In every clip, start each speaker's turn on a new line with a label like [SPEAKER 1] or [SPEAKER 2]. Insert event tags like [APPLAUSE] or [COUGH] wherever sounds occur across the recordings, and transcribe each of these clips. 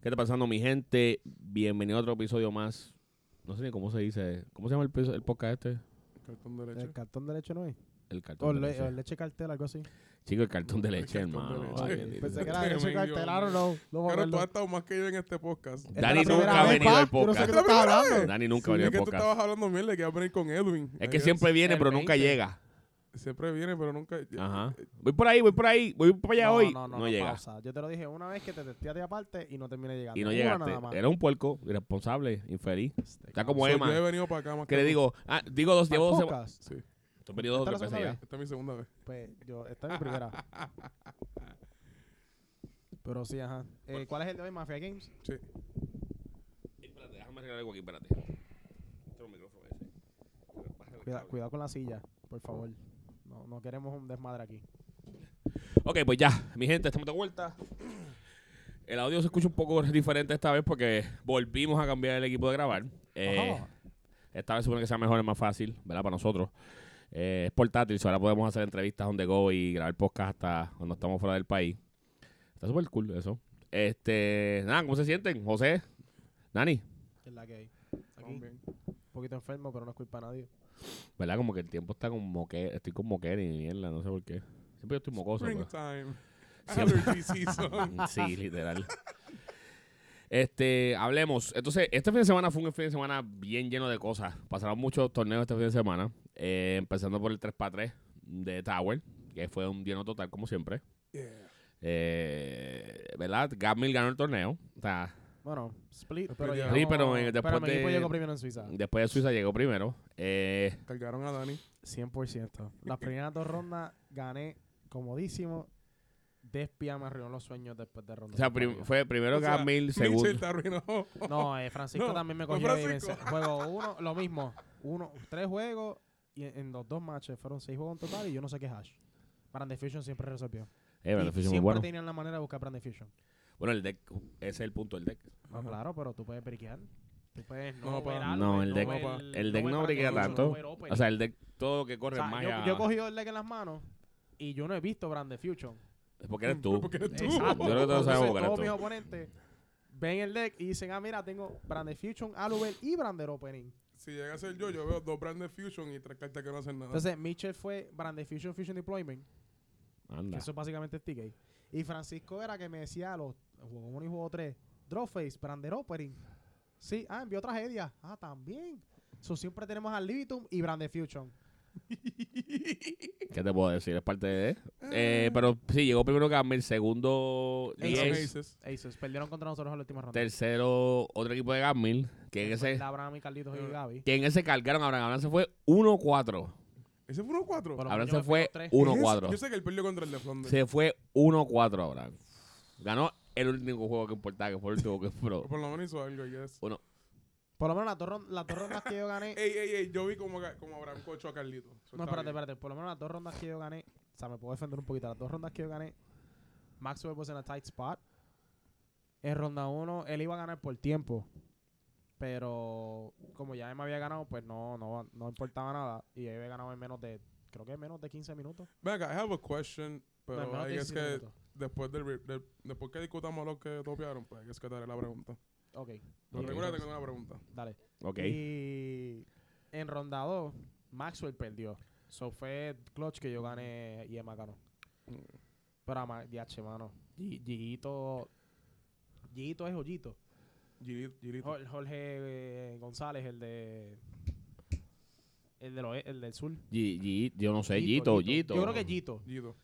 [SPEAKER 1] ¿Qué está pasando, mi gente? Bienvenido a otro episodio más. No sé ni cómo se dice. ¿Cómo se llama el, piso- el podcast este?
[SPEAKER 2] Cartón derecho.
[SPEAKER 3] El cartón de leche no es.
[SPEAKER 1] El
[SPEAKER 3] O,
[SPEAKER 1] cartón de
[SPEAKER 3] le-
[SPEAKER 1] leche.
[SPEAKER 3] o leche cartel, algo así.
[SPEAKER 1] Chico, el cartón de
[SPEAKER 2] El
[SPEAKER 1] leche,
[SPEAKER 2] cartón de
[SPEAKER 1] hermano.
[SPEAKER 2] leche.
[SPEAKER 1] Ay,
[SPEAKER 2] Sí,
[SPEAKER 1] bendito.
[SPEAKER 3] Pensé que
[SPEAKER 2] Dios
[SPEAKER 3] era leche
[SPEAKER 2] mío.
[SPEAKER 3] cartel, ahora no. No me
[SPEAKER 2] Claro, tú
[SPEAKER 3] acuerdo.
[SPEAKER 2] has estado más que yo en este podcast.
[SPEAKER 3] Esta es
[SPEAKER 1] Dani
[SPEAKER 3] la primera
[SPEAKER 1] nunca ha
[SPEAKER 3] vez,
[SPEAKER 1] venido
[SPEAKER 3] pa.
[SPEAKER 1] al
[SPEAKER 3] Yo no sé
[SPEAKER 1] podcast.
[SPEAKER 3] qué tú estás hablando.
[SPEAKER 1] Dani nunca
[SPEAKER 2] es
[SPEAKER 1] venía
[SPEAKER 2] que
[SPEAKER 1] al
[SPEAKER 2] tú estabas
[SPEAKER 1] podcast.
[SPEAKER 2] hablando mierda que iba a venir con Edwin.
[SPEAKER 1] Es
[SPEAKER 2] I
[SPEAKER 1] que
[SPEAKER 2] guess.
[SPEAKER 1] siempre viene,
[SPEAKER 4] El
[SPEAKER 1] pero nunca
[SPEAKER 4] 20.
[SPEAKER 1] llega.
[SPEAKER 2] Siempre viene, pero nunca...
[SPEAKER 1] Ajá. Voy por ahí, voy por ahí, voy para allá hoy. No, llega.
[SPEAKER 3] pausa. Yo te lo dije una vez que te testeaste aparte y no terminé llegando.
[SPEAKER 1] Y no
[SPEAKER 3] Una
[SPEAKER 1] llegaste.
[SPEAKER 3] nada más.
[SPEAKER 1] Era un puerco, irresponsable, infeliz.
[SPEAKER 3] Este
[SPEAKER 1] Está
[SPEAKER 3] cabrón.
[SPEAKER 1] como
[SPEAKER 2] So,
[SPEAKER 1] Emma.
[SPEAKER 2] yo he venido para acá más
[SPEAKER 1] Que le
[SPEAKER 2] tú.
[SPEAKER 1] digo, ah, digo dos, llevo dos
[SPEAKER 3] ¿Para
[SPEAKER 1] semanas.
[SPEAKER 3] podcast?
[SPEAKER 2] Sí,
[SPEAKER 1] Tú has venido dos,
[SPEAKER 3] ¿Esta
[SPEAKER 1] tres
[SPEAKER 3] es
[SPEAKER 1] veces
[SPEAKER 3] la
[SPEAKER 1] ya.
[SPEAKER 3] segunda
[SPEAKER 2] esta es mi segunda vez.
[SPEAKER 3] Pues yo, esta es mi [LAUGHS] primera. Pero sí, ajá. Eh, ¿Cuál es el de hoy, Mafia Games?
[SPEAKER 2] Sí.
[SPEAKER 1] Espérate, déjame arreglar algo aquí, espérate. Otro micrófono ese. Bájale el
[SPEAKER 3] Cuida-
[SPEAKER 1] cable.
[SPEAKER 3] cuidado con la silla, por favor. No, no queremos un desmadre aquí.
[SPEAKER 1] Ok, pues ya, mi gente, estamos de vuelta. El audio se escucha un poco diferente esta vez porque volvimos a cambiar el equipo de grabar. Eh,
[SPEAKER 3] Ajá.
[SPEAKER 1] esta vez supone que sea mejor, es más fácil, ¿verdad? Para nosotros. Eh, es portátil, so ahora podemos hacer entrevistas on the go y grabar podcast hasta cuando estamos fuera del país. Está súper cool eso. Este, nada, ¿cómo se sienten? José, Nani,
[SPEAKER 3] Es la que hay. Aquí,
[SPEAKER 2] También.
[SPEAKER 3] un poquito enfermo, pero no es culpa de nadie.
[SPEAKER 1] ¿verdad? Como que el tiempo está con moque, estoy con moquera y mierda, no sé por qué. Siempre yo estoy mocoso. pues. pero- [LAUGHS]
[SPEAKER 2] Springtime.
[SPEAKER 1] Siempre.
[SPEAKER 2] Allergy season.
[SPEAKER 1] [LAUGHS] Sí, literal. Este, hablemos. Entonces, este fin de semana fue un fin de semana bien lleno de cosas. Pasaron muchos torneos este fin de semana. eh, empezando por el 3x3 de Tower, que fue un lleno total, como siempre.
[SPEAKER 2] Yeah.
[SPEAKER 1] Eh, ¿Verdad? Gamil ganó el torneo. O sea,
[SPEAKER 3] Bueno, split,
[SPEAKER 2] Split
[SPEAKER 3] pero
[SPEAKER 2] ya.
[SPEAKER 3] llegó-
[SPEAKER 1] Sí, pero, eh, después
[SPEAKER 3] mi equipo
[SPEAKER 1] de-
[SPEAKER 3] llegó primero en Suiza.
[SPEAKER 1] después de Suiza llegó primero. Eh,
[SPEAKER 2] Cargaron a Dani.
[SPEAKER 3] 100%. Las primeras dos rondas gané comodísimo. Despia me arruinó los sueños después de ronda.
[SPEAKER 1] o sea,
[SPEAKER 3] simpática.
[SPEAKER 1] prim- fue primero
[SPEAKER 2] O sea, [LAUGHS]
[SPEAKER 1] Gamil, segundo.
[SPEAKER 2] Mitchell te arruinó.
[SPEAKER 1] [LAUGHS]
[SPEAKER 3] No, eh, Francisco
[SPEAKER 2] No,
[SPEAKER 3] también me
[SPEAKER 2] fue
[SPEAKER 3] cogió de
[SPEAKER 2] Francisco.
[SPEAKER 3] vencer. Juego uno, lo mismo. Uno, tres juegos y en, en los dos matches fueron seis juegos en total y yo no sé qué hash. Brand Fusion siempre resolvió.
[SPEAKER 1] Eh, verdad,
[SPEAKER 3] Y
[SPEAKER 1] fue muy
[SPEAKER 3] siempre
[SPEAKER 1] bueno.
[SPEAKER 3] tenían la manera de buscar Brand Fusion.
[SPEAKER 1] Bueno, el deck, ese es el punto, el deck.
[SPEAKER 3] No, claro, pero tú puedes briquear. Tú puedes no,
[SPEAKER 2] No, pa.
[SPEAKER 3] ver algo,
[SPEAKER 1] No,
[SPEAKER 3] ver-
[SPEAKER 1] el deck-
[SPEAKER 3] ver-
[SPEAKER 2] el
[SPEAKER 1] El deck
[SPEAKER 3] ver
[SPEAKER 1] no
[SPEAKER 3] Brand
[SPEAKER 1] briquea
[SPEAKER 3] Fusion,
[SPEAKER 1] tanto.
[SPEAKER 3] ver open.
[SPEAKER 2] Pues
[SPEAKER 1] O sea, el deck, todo lo que
[SPEAKER 3] O
[SPEAKER 1] corre
[SPEAKER 3] sea,
[SPEAKER 1] más
[SPEAKER 3] yo, yo he cogido el deck en las manos y yo no he visto Brand Fusion.
[SPEAKER 1] Porque eres tú.
[SPEAKER 2] Porque eres tú.
[SPEAKER 3] Exacto.
[SPEAKER 1] Yo creo que todos
[SPEAKER 3] Entonces,
[SPEAKER 1] sabemos que eres
[SPEAKER 3] todos
[SPEAKER 1] tú.
[SPEAKER 3] mis oponentes ven el deck y dicen, ah, mira, tengo Brander Fusion, Aluber y Brander Opening.
[SPEAKER 2] [LAUGHS]
[SPEAKER 1] Ah.
[SPEAKER 2] Si llega a ser yo, yo veo dos Brand Fusion y tres cartas que no hacen nada.
[SPEAKER 3] Entonces, Mitchell fue Brander Fusion, Fusion Deployment, que
[SPEAKER 1] Anda.
[SPEAKER 3] eso es básicamente el ticket. Y Francisco era que me decía a los juego 1 y juego 3, Draw Face, Brander Opening. Sí, ah, envió tragedia. Ah, también. So, siempre tenemos al Libitum y Brander Fusion.
[SPEAKER 1] ¿Qué te puedo decir? Es parte de...
[SPEAKER 3] Mm.
[SPEAKER 1] Eh, pero sí, llegó primero Gamel, segundo
[SPEAKER 2] Eran
[SPEAKER 1] Diez,
[SPEAKER 2] aces.
[SPEAKER 3] Aces, perdieron contra nosotros en la última ronda.
[SPEAKER 1] tercero otro equipo de Gamil, que en ese, Eh,
[SPEAKER 3] Abraham y Carlitos y Gaby.
[SPEAKER 1] que en ese cargaron a Abraham. Abraham se fue 1-4.
[SPEAKER 2] Ese fue uno cuatro.
[SPEAKER 3] Por lo
[SPEAKER 1] Abraham
[SPEAKER 3] menos yo
[SPEAKER 1] se
[SPEAKER 3] me fui
[SPEAKER 1] fue
[SPEAKER 3] con tres.
[SPEAKER 2] Ese-
[SPEAKER 1] 1-4.
[SPEAKER 2] Yo sé que él perdió contra el de Flounder.
[SPEAKER 1] Se fue 1-4 Abraham. Ganó el único juego que importaba, que fue el último que
[SPEAKER 2] [LAUGHS] Pero
[SPEAKER 1] pro.
[SPEAKER 2] Por lo menos hizo algo, I guess.
[SPEAKER 3] Por lo menos las dos, ron- las dos rondas que
[SPEAKER 2] [LAUGHS]
[SPEAKER 3] yo gané.
[SPEAKER 2] Ey, ey, ey, yo vi como, ga- como Abraham cocho a Carlito. Eso
[SPEAKER 3] No,
[SPEAKER 2] está
[SPEAKER 3] espérate,
[SPEAKER 2] bien.
[SPEAKER 3] espérate. Por lo menos las dos rondas que yo gané, o sea, me puedo defender un poquito. Las dos rondas que yo gané, Maxwell was in a tight spot. En ronda uno, él iba a ganar por tiempo. Pero como ya él me había ganado, pues no, no, no importaba nada. Y yo había ganado en menos de, creo que en menos de 15 minutos.
[SPEAKER 2] Ven acá, I have a question,
[SPEAKER 3] Pues No, en
[SPEAKER 2] pero
[SPEAKER 3] menos de
[SPEAKER 2] ahí es
[SPEAKER 3] 15
[SPEAKER 2] que
[SPEAKER 3] minutos.
[SPEAKER 2] después del, re- del- después que discutamos lo que topearon, pues es que daré la pregunta.
[SPEAKER 3] Ok,
[SPEAKER 2] Pero
[SPEAKER 1] Ok.
[SPEAKER 2] recuerda que tengo una pregunta.
[SPEAKER 3] dale.
[SPEAKER 1] Ok.
[SPEAKER 3] Y en ronda dos, Maxwell perdió. So fue clutch que yo gané y Emma ganó. Pero a Ma- DH, mano. Gi- Giguito. Giguito es joyito.
[SPEAKER 2] Giri- Girito.
[SPEAKER 3] Jor- Jorge eh, González, el de. El, de lo- el del sur.
[SPEAKER 1] G- G- yo no sé, Gito, Gito.
[SPEAKER 3] Yo creo que Gito.
[SPEAKER 2] Gito.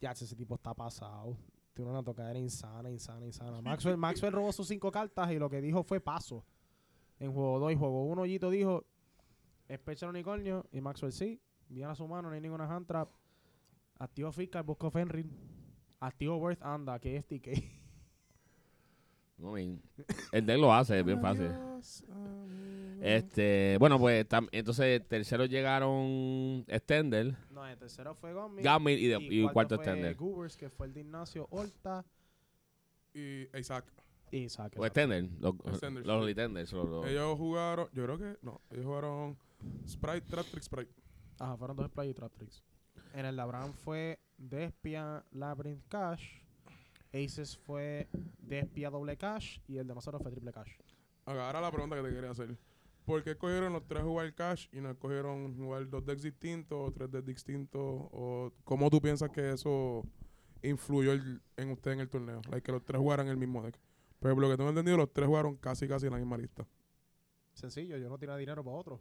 [SPEAKER 3] Ya, ese tipo está pasado. Tiene una tocadera insana, insana, insana. Maxwell, Maxwell robó sus cinco cartas y lo que dijo fue paso. En juego 2 y juego 1, Gito dijo: Especha el unicornio y Maxwell sí. Viene a su mano, no hay ninguna hand trap. Activo Fiscal, buscó Fenrir. Activo Worth Anda, que es TK.
[SPEAKER 1] No, men. El deck lo hace, es bien fácil.
[SPEAKER 2] Adiós, amigo.
[SPEAKER 1] Este, bueno, pues tam- entonces tercero llegaron Extender,
[SPEAKER 3] No, el tercero fue Gomi.
[SPEAKER 1] Gamil y, de- y cuarto,
[SPEAKER 3] fue
[SPEAKER 1] Extender.
[SPEAKER 3] Goobers, que fue el de Ignacio Horta.
[SPEAKER 2] Y Isaac.
[SPEAKER 3] Y Isaac.
[SPEAKER 1] O
[SPEAKER 3] exacto.
[SPEAKER 1] Extender, los
[SPEAKER 2] Extenders,
[SPEAKER 1] Pues, los
[SPEAKER 2] sí.
[SPEAKER 1] Extenders, los- los-
[SPEAKER 2] Ellos jugaron, yo creo que, no, ellos jugaron Sprite, Trap Trick Sprite.
[SPEAKER 3] Ajá, fueron dos Splash y Trap Tricks. En el Labran fue Despia, Labyrinth Cash. Aces fue de espía doble cash y el de nosotros fue triple cash.
[SPEAKER 2] Ahora ahora la pregunta que te quería hacer. ¿Por qué cogieron los tres jugar cash y no escogieron jugar dos decks distintos o tres decks distintos? O ¿Cómo tú piensas que eso influyó el- en usted en el torneo? Like, que los tres jugaran el mismo deck. Pero por lo que tengo entendido, los tres jugaron casi casi en la misma lista.
[SPEAKER 3] Sencillo, yo no tenía dinero para [LAUGHS] otro.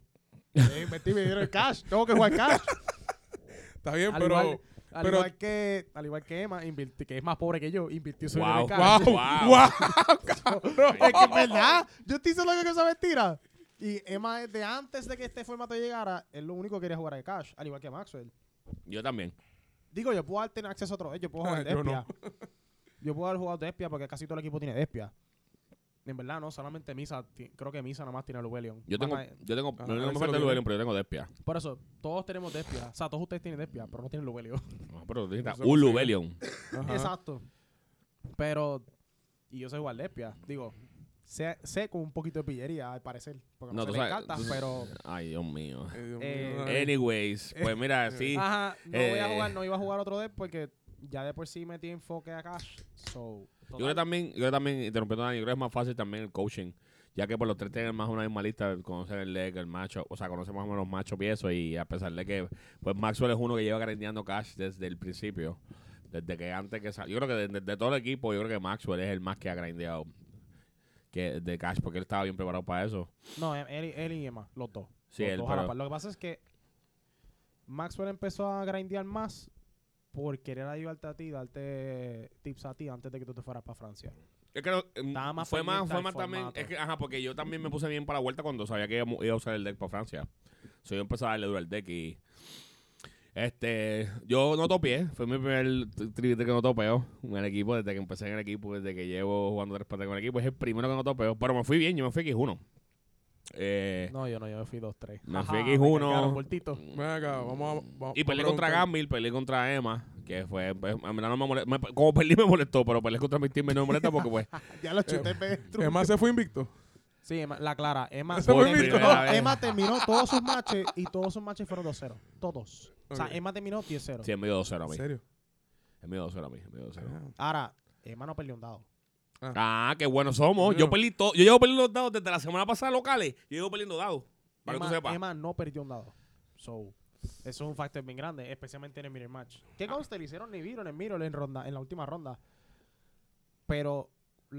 [SPEAKER 3] Yo invertí mi dinero en cash, tengo que jugar cash.
[SPEAKER 2] Está bien,
[SPEAKER 3] [LAUGHS] Al
[SPEAKER 2] pero...
[SPEAKER 3] igual- Al,
[SPEAKER 2] Pero-
[SPEAKER 3] igual que, al igual que Emma, invirti- que es más pobre que yo, invirtió su
[SPEAKER 1] Wow.
[SPEAKER 3] dinero en cash.
[SPEAKER 2] [LAUGHS]
[SPEAKER 3] [LAUGHS]
[SPEAKER 2] ¡Wow!
[SPEAKER 1] Wow.
[SPEAKER 2] ¡Wow!
[SPEAKER 3] Es [LAUGHS] que es verdad. Yo estoy diciendo que esa mentira. Y Emma, desde antes de que este formato llegara, él lo único que quería jugar era cash, al igual que Maxwell.
[SPEAKER 1] Yo también.
[SPEAKER 3] Digo, yo puedo tener acceso a otro deck,
[SPEAKER 2] [LAUGHS]
[SPEAKER 3] yo puedo jugar
[SPEAKER 2] Ah,
[SPEAKER 3] de
[SPEAKER 2] yo
[SPEAKER 3] espia. Yo puedo haber jugado de espia porque casi todo el equipo tiene de espia. En verdad, no, solamente Misa. ti- Creo que Misa nada más tiene Lubelion.
[SPEAKER 1] Yo tengo, yo tengo,
[SPEAKER 2] Ah,
[SPEAKER 1] no tengo mejor
[SPEAKER 2] Alex lo
[SPEAKER 1] de
[SPEAKER 2] tiene.
[SPEAKER 1] Lubelion, pero yo tengo Despia.
[SPEAKER 3] Por eso, todos tenemos de espia. O sea, todos ustedes tienen de espia, pero no tienen Lubelion.
[SPEAKER 1] No, pero tú necesitas
[SPEAKER 2] Eso
[SPEAKER 1] un
[SPEAKER 2] no sé.
[SPEAKER 1] Lubelion.
[SPEAKER 2] [LAUGHS] Ajá.
[SPEAKER 3] Exacto. Pero. Y yo soy jugar de espia. Digo, sé, sé con un poquito de pillería, al parecer. Porque
[SPEAKER 1] No,
[SPEAKER 3] no, sé
[SPEAKER 1] tú
[SPEAKER 3] me
[SPEAKER 1] sabes,
[SPEAKER 3] encanta,
[SPEAKER 1] tú sabes.
[SPEAKER 3] pero.
[SPEAKER 1] Ay, Dios mío.
[SPEAKER 2] Eh, Dios mío,
[SPEAKER 3] Eh,
[SPEAKER 2] dale.
[SPEAKER 1] Anyways, pues mira, sí.
[SPEAKER 3] Ajá, no voy a
[SPEAKER 1] Eh.
[SPEAKER 3] jugar, no iba a jugar otro deck porque ya de por sí metí enfoque a Cash. So,
[SPEAKER 1] Yo creo que también, yo creo que también, interrumpiendo a Dani, yo creo que es más fácil también el coaching, ya que por los tres tienen más una misma lista, conocen el leg, el macho, o sea, conocen más o menos los machos y eso, y a pesar de que, pues Maxwell es uno que lleva grandeando cash desde el principio, desde que antes que salió, yo creo que de, de todo el equipo, yo creo que Maxwell es el más que ha grandeado que, de cash, porque él estaba bien preparado para eso.
[SPEAKER 3] no, él, él- él y Emma, los dos.
[SPEAKER 1] Sí,
[SPEAKER 3] Los
[SPEAKER 1] él,
[SPEAKER 3] dos a la
[SPEAKER 1] pero-
[SPEAKER 3] par. Lo que pasa es que Maxwell empezó a grindear más por querer ayudarte a ti, darte tips a ti antes de que tú te fueras para Francia.
[SPEAKER 1] Es que no, em,
[SPEAKER 3] Estaba más
[SPEAKER 1] fue más,
[SPEAKER 3] pendiente
[SPEAKER 1] fue
[SPEAKER 3] al
[SPEAKER 1] más también,
[SPEAKER 3] formato.
[SPEAKER 1] es que, ajá, porque yo también me puse bien para la vuelta cuando sabía que íbamos- iba a usar el deck para Francia. So, yo empecé a darle duro al deck y este, yo no topié, fue mi primer tri- tri- que no topeo en el equipo, desde que empecé en el equipo, desde que llevo jugando tres patas con el equipo, es el primero que no topeo, pero me fui bien, yo me fui X1. Eh,
[SPEAKER 3] No, yo no, yo me fui 2-3.
[SPEAKER 1] Me
[SPEAKER 3] Ajá,
[SPEAKER 1] fui
[SPEAKER 3] me
[SPEAKER 1] X1. [LAUGHS]
[SPEAKER 3] cargaron cortito.
[SPEAKER 2] Ven acá, vamos a... va-
[SPEAKER 1] Y pues
[SPEAKER 2] vamos a
[SPEAKER 1] peleé contra
[SPEAKER 2] preguntar.
[SPEAKER 1] Gambil, peleé contra Emma, que fue, pues, en verdad no me molestó, como perdí me molestó, pero peleé contra mis teammates no me molesta porque
[SPEAKER 2] [LAUGHS]
[SPEAKER 1] pues
[SPEAKER 3] Ya lo chuté, Pedro.
[SPEAKER 2] Es más, se fue invicto.
[SPEAKER 3] Eh, Sí, Emma- la clara. Emma,
[SPEAKER 2] Ese fue mi
[SPEAKER 3] terminó,
[SPEAKER 1] primera vez.
[SPEAKER 3] Emma terminó todos sus matches y todos sus matches fueron 2-0. Todos. O sea,
[SPEAKER 2] Ok.
[SPEAKER 3] Emma terminó 10-0.
[SPEAKER 1] sí, me dio 2-0 a
[SPEAKER 2] ¿En
[SPEAKER 1] mí,
[SPEAKER 2] serio?
[SPEAKER 1] me dio 2-0 a mí, me dio
[SPEAKER 3] Ah.
[SPEAKER 1] 2-0.
[SPEAKER 3] Ahora, Emma no perdió un dado.
[SPEAKER 1] Ah, qué buenos somos. Yo
[SPEAKER 2] Bueno.
[SPEAKER 1] perdí todo. Yo llevo perdiendo los dados desde la semana pasada locales. Yo llevo perdiendo dados. Para
[SPEAKER 3] Emma,
[SPEAKER 1] que tú sepas.
[SPEAKER 3] Emma no perdió un dado. So, eso es un factor bien grande, especialmente en el mirror match. ¿Qué
[SPEAKER 1] Ah.
[SPEAKER 3] conste? Le hicieron ni vieron en mirror en ronda, en la última ronda. Pero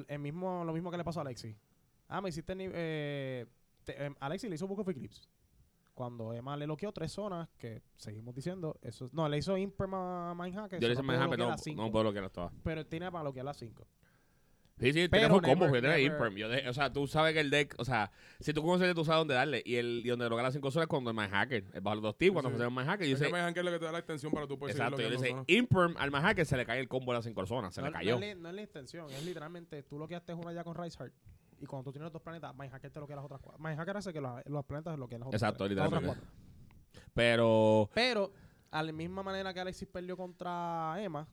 [SPEAKER 3] el mismo, lo mismo que le pasó a Alexi. Ah, me hiciste ni- eh, te- em, Alexi le hizo un poco eclipse. Cuando Emma le bloqueó tres zonas, que seguimos diciendo, eso no, le hizo Imperma Mindhack.
[SPEAKER 1] yo le hice
[SPEAKER 3] hice
[SPEAKER 1] más pero no, no puedo bloquear las todas.
[SPEAKER 3] Pero tiene para bloquear las cinco.
[SPEAKER 1] Sí, sí,
[SPEAKER 3] Pero
[SPEAKER 1] tenemos un combo.
[SPEAKER 3] never,
[SPEAKER 1] Yo tenía
[SPEAKER 3] never.
[SPEAKER 1] Imperm. Yo de- o sea, tú sabes que el deck. O sea, si tú conoces, tú sabes dónde darle. Y, el, y donde lograr las 5 horas cuando el más hacker. El bajo los dos tips, cuando
[SPEAKER 2] Sí.
[SPEAKER 1] funciona el más
[SPEAKER 3] Pues
[SPEAKER 1] hacker. Yo
[SPEAKER 2] Es que
[SPEAKER 1] hice,
[SPEAKER 2] me dejan que es lo que te da la extensión para tú poder seguir
[SPEAKER 1] exacto. Yo le
[SPEAKER 2] bloqueando
[SPEAKER 1] hice
[SPEAKER 2] zonas.
[SPEAKER 1] Imperm al más hacker. Se le cae el combo de las 5 zonas. Se
[SPEAKER 3] no,
[SPEAKER 1] le
[SPEAKER 3] no
[SPEAKER 1] cayó.
[SPEAKER 3] es, li- no es la intención, es literalmente tú lo que haces una ya con Riceheart. Y cuando tú tienes los dos planetas, Mindhacker te bloquea las otras cuatro. Mindhacker hace que los, los planetas bloqueen las otras
[SPEAKER 1] Exacto,
[SPEAKER 3] tres, las otras
[SPEAKER 1] literalmente.
[SPEAKER 3] cuatro.
[SPEAKER 1] Pero.
[SPEAKER 3] Pero, a la misma manera que Alexis perdió contra Emma,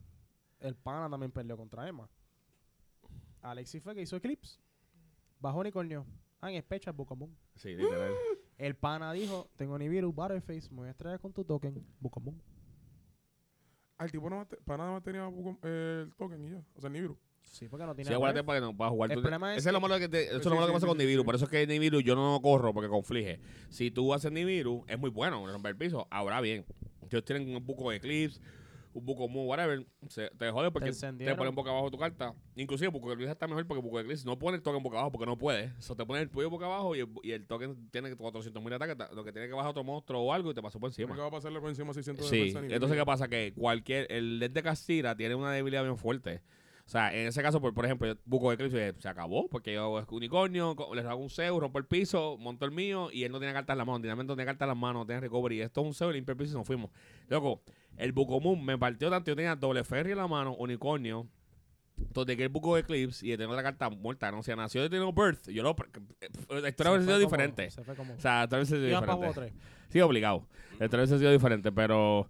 [SPEAKER 3] el Pana también perdió contra Emma. Alexis fue que hizo Eclipse. Bajo unicornio. Ah, en Specha, Bucamoon.
[SPEAKER 1] Sí, literal.
[SPEAKER 3] El Pana dijo: Tengo Nibiru, Butterface, me voy a estrellar con tu token, Bucamoon.
[SPEAKER 2] Ah, el tipo no, mate- para nada más tenía Bucom- eh, el token y ya. O sea, Nibiru.
[SPEAKER 3] Sí, porque no tiene.
[SPEAKER 1] Sí,
[SPEAKER 3] Awareness.
[SPEAKER 1] aguárate para que no puedas jugar.
[SPEAKER 3] El
[SPEAKER 1] Tú te-
[SPEAKER 3] problema es
[SPEAKER 1] ese es lo
[SPEAKER 3] que-
[SPEAKER 1] malo que, te- eso es
[SPEAKER 2] Sí,
[SPEAKER 1] lo malo que
[SPEAKER 2] sí,
[SPEAKER 1] pasa
[SPEAKER 2] sí,
[SPEAKER 1] con
[SPEAKER 2] sí,
[SPEAKER 1] Nibiru.
[SPEAKER 2] sí.
[SPEAKER 1] Por eso es que Nibiru yo no corro porque conflige. Si tú haces Nibiru, es muy bueno romper el piso. Ahora bien, ellos tienen un buco de Eclipse, un buco Moon, whatever. Se- te jode porque te,
[SPEAKER 3] encendieron.
[SPEAKER 1] ponen boca abajo tu carta. Inclusive buco de Eclipse está mejor porque buco de Eclipse no pone el token boca abajo porque no puede. O sea, te pone el tuyo boca abajo y el, y el token tiene 400.000 ataques. ta- Lo que tiene que bajar otro monstruo o algo y te pasó por encima.
[SPEAKER 2] Porque va a pasarle por encima 600 de
[SPEAKER 1] Sí,
[SPEAKER 2] defensa a Nibiru.
[SPEAKER 1] entonces ¿qué pasa? Que cualquier, el LED de Castira tiene una debilidad bien fuerte. O sea, en ese caso, por, por ejemplo, yo busco Eclipse y se acabó, porque yo hago unicornio, co- les hago un Zeus, rompo el piso, monto el mío, y él no tiene cartas en la mano, Dinamento no tiene cartas en las manos, no tiene recovery, esto es un Zeus, limpio el piso y nos fuimos. Loco, el Bucomoon me partió tanto, yo tenía doble ferry en la mano, unicornio, entonces que el Buco Eclipse y tenía otra carta muerta, no sé, nació de Tengo Birth, yo lo... eh, La historia hubiese sido diferente.
[SPEAKER 3] Se fue como.
[SPEAKER 1] O sea, tal vez sido
[SPEAKER 3] Iba
[SPEAKER 1] diferente.
[SPEAKER 3] para tres.
[SPEAKER 1] Sí, obligado. El vez ha sido diferente, pero.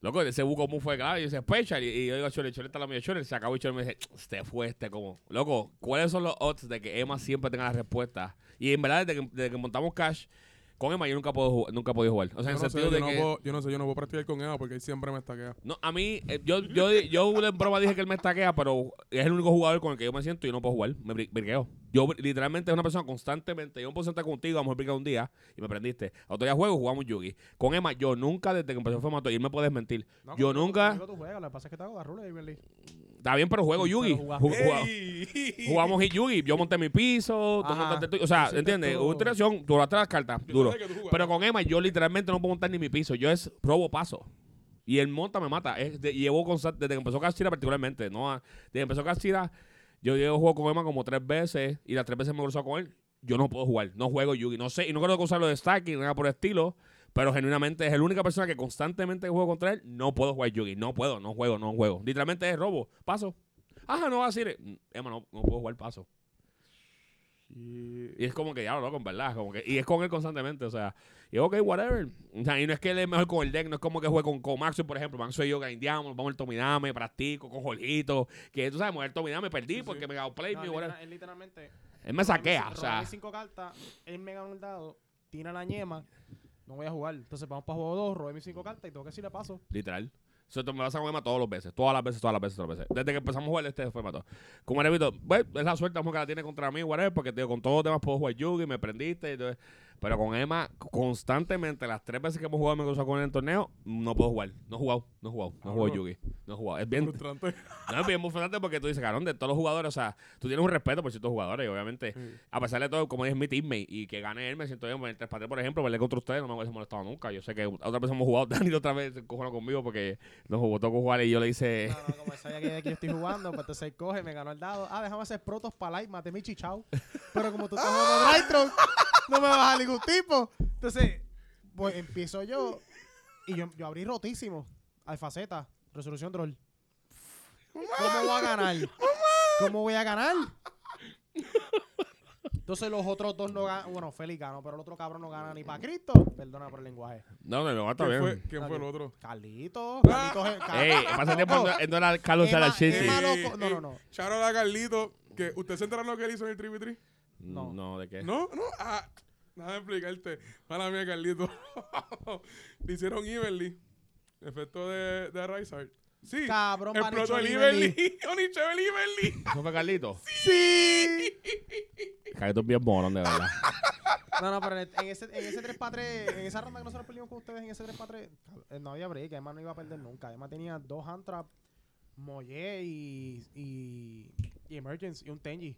[SPEAKER 1] Loco, ese buco muy fue claro. Y dice Special. Y, y yo digo, Chole, Chole está la mía. Chole se acabó y Chole me dice, este fue este como. Loco, ¿cuáles son los odds de que Emma siempre tenga la respuesta? Y en verdad, desde que, desde que montamos Cash, Con Emma yo nunca puedo jugar, nunca he podido jugar. O sea, en
[SPEAKER 2] yo, no sé,
[SPEAKER 1] sentido
[SPEAKER 2] yo,
[SPEAKER 1] de
[SPEAKER 2] no
[SPEAKER 1] que
[SPEAKER 2] puedo, yo no sé, yo no puedo practicar con Emma porque él siempre me estaquea.
[SPEAKER 1] no, a mí eh, yo yo yo en broma dije que él me estaquea, pero es el único jugador con el que yo me siento y yo no puedo jugar, me bri- briqueo. Yo br- literalmente es una persona constantemente, yo me puedo sentar contigo, vamos a brincar un día y me prendiste. Otro día juego, jugamos Yugi. Con Emma yo nunca desde que empezó el formato y él me puedes mentir.
[SPEAKER 3] No,
[SPEAKER 1] yo
[SPEAKER 3] conmigo-
[SPEAKER 1] nunca
[SPEAKER 3] conmigo tú juegas, lo que pasa es que te hago la rula, Iberly.
[SPEAKER 1] Está bien, pero juego Yugi.
[SPEAKER 3] Pero
[SPEAKER 1] Ju-
[SPEAKER 3] jugaste.
[SPEAKER 2] [LAUGHS]
[SPEAKER 1] jugaba- Jugamos hit Yugi. Yo monté mi piso, tú
[SPEAKER 3] Ajá.
[SPEAKER 1] montaste tu- O sea,
[SPEAKER 3] Hiciste
[SPEAKER 1] ¿entiendes?
[SPEAKER 3] todo.
[SPEAKER 1] Hubo interacción, duraste las cartas, [LAUGHS]
[SPEAKER 2] Yo
[SPEAKER 1] duro.
[SPEAKER 2] sé que tú jugabas.
[SPEAKER 1] Pero con Emma yo literalmente no puedo montar ni mi piso. Yo es robo paso. Y el monta me mata. Es de- llevo con, desde que empezó Castilla particularmente. No, a- desde que empezó Castilla yo llevo juego con Emma como tres veces y las tres veces me he cruzado con él. Yo no puedo jugar, no juego Yugi. No sé, y no creo que usarlo de stacking, nada por el estilo. Pero genuinamente es la única persona que constantemente juego contra él. No puedo jugar Yugi. No puedo, no juego, no juego. Literalmente es robo. Paso. Ajá, no va a decir. mm, Emma, no, no puedo jugar paso. Y es como que ya lo loco, en verdad. Como que, y es con él constantemente. O sea, y ok, whatever. O sea, y no es que él es mejor con el deck, no es como que juegue con, con Maxwell, por ejemplo. Maxwell y yo grindeamos, vamos al Tomidame, practico con Jorgito. Que tú sabes, el Tomidame perdí
[SPEAKER 2] Sí,
[SPEAKER 1] porque
[SPEAKER 2] sí.
[SPEAKER 1] me ganó play,
[SPEAKER 3] No,
[SPEAKER 1] me
[SPEAKER 3] él
[SPEAKER 1] whatever.
[SPEAKER 3] litera- él literalmente
[SPEAKER 1] Él me saquea, o
[SPEAKER 3] Robarme
[SPEAKER 1] sea.
[SPEAKER 3] cinco cartas, él me gana un dado, tira la ñema, no voy a jugar. Entonces vamos para juego 2, robé mis cinco cartas y tengo que decirle paso.
[SPEAKER 1] Literal. Eso te- me pasa con Emma todas las veces, todas las veces, todas las veces, todas las veces. Desde que empezamos a jugar este formato. Como repito, pues, es la suerte como que la tiene contra mí, whatever, porque tío, con todos los demás puedo jugar Yugi, me prendiste. y todo. pero con Emma, constantemente, las tres veces que hemos jugado, me he cruzado con él en el torneo, no puedo jugar. No he jugado, no he jugado, no he jugado
[SPEAKER 2] Cabrón.
[SPEAKER 1] Yugi. No he jugado. Es bien,
[SPEAKER 2] Frustrante.
[SPEAKER 1] no, es bien frustrante porque tú dices, cabrón, de todos los jugadores, o sea, tú tienes un respeto por ciertos jugadores, y obviamente,
[SPEAKER 3] Mm.
[SPEAKER 1] a pesar de todo, como dije, es mi teammate, y que gane él, me siento bien, porque el 3 para 3, por ejemplo, verle contra ustedes, no me hubiese molestado nunca. Yo sé que otra vez hemos jugado, [LAUGHS] Dani otra vez se cojonó conmigo porque nos jugó tocó jugar y yo le hice,
[SPEAKER 3] No, no, como él sabía que, que yo estoy jugando, pues entonces él coge, me ganó el dado. Ah, déjame hacer protos para light, maté mi chichao. Pero como tú estás jugando Drytron, no me vas a ningún tipo. Entonces, pues empiezo yo y yo, yo abrí rotísimo. Alfaceta, resolución troll. ¿Cómo voy a ganar? ¿Cómo voy a ganar? Entonces los otros dos no ganan. Bueno, Félix ganó, pero el otro cabrón no gana ni para Cristo. Perdona por el lenguaje.
[SPEAKER 1] no, no, no, está
[SPEAKER 2] ¿Quién,
[SPEAKER 1] bien.
[SPEAKER 2] fue, quién
[SPEAKER 3] Está
[SPEAKER 2] fue el
[SPEAKER 3] bien.
[SPEAKER 2] otro?
[SPEAKER 3] Carlito, Carlito es el
[SPEAKER 1] Ey, pasa el tiempo,
[SPEAKER 3] [LAUGHS] Loco.
[SPEAKER 1] no, él no era Carlos
[SPEAKER 3] Emma-
[SPEAKER 1] Salachisi.
[SPEAKER 3] Emma- loco. No, no, no.
[SPEAKER 2] Charo a Carlito, que ¿usted se enteraron lo que él hizo en el Trivi Tri?
[SPEAKER 1] No, no, ¿de qué?
[SPEAKER 2] No, no, ah, nada de explicarte. Mala mía, Carlito. [LAUGHS] Le hicieron Iberly, efecto de, de Rizard. Sí,
[SPEAKER 3] Cabrón, van
[SPEAKER 2] explotó
[SPEAKER 3] hecho
[SPEAKER 2] el
[SPEAKER 3] Iberly.
[SPEAKER 2] [LAUGHS] Iberly. Onichebel Iberly.
[SPEAKER 1] ¿Eso fue Carlito?
[SPEAKER 2] Sí.
[SPEAKER 1] Carlito es bien morón, de verdad.
[SPEAKER 3] No, no, pero en este, en ese, en ese 3x3, en esa ronda que nosotros perdimos con ustedes, en ese 3x3, eh, no había break, además no iba a perder nunca. Además tenía dos hand trap, Molle y, y, y Emergence y un Tenji.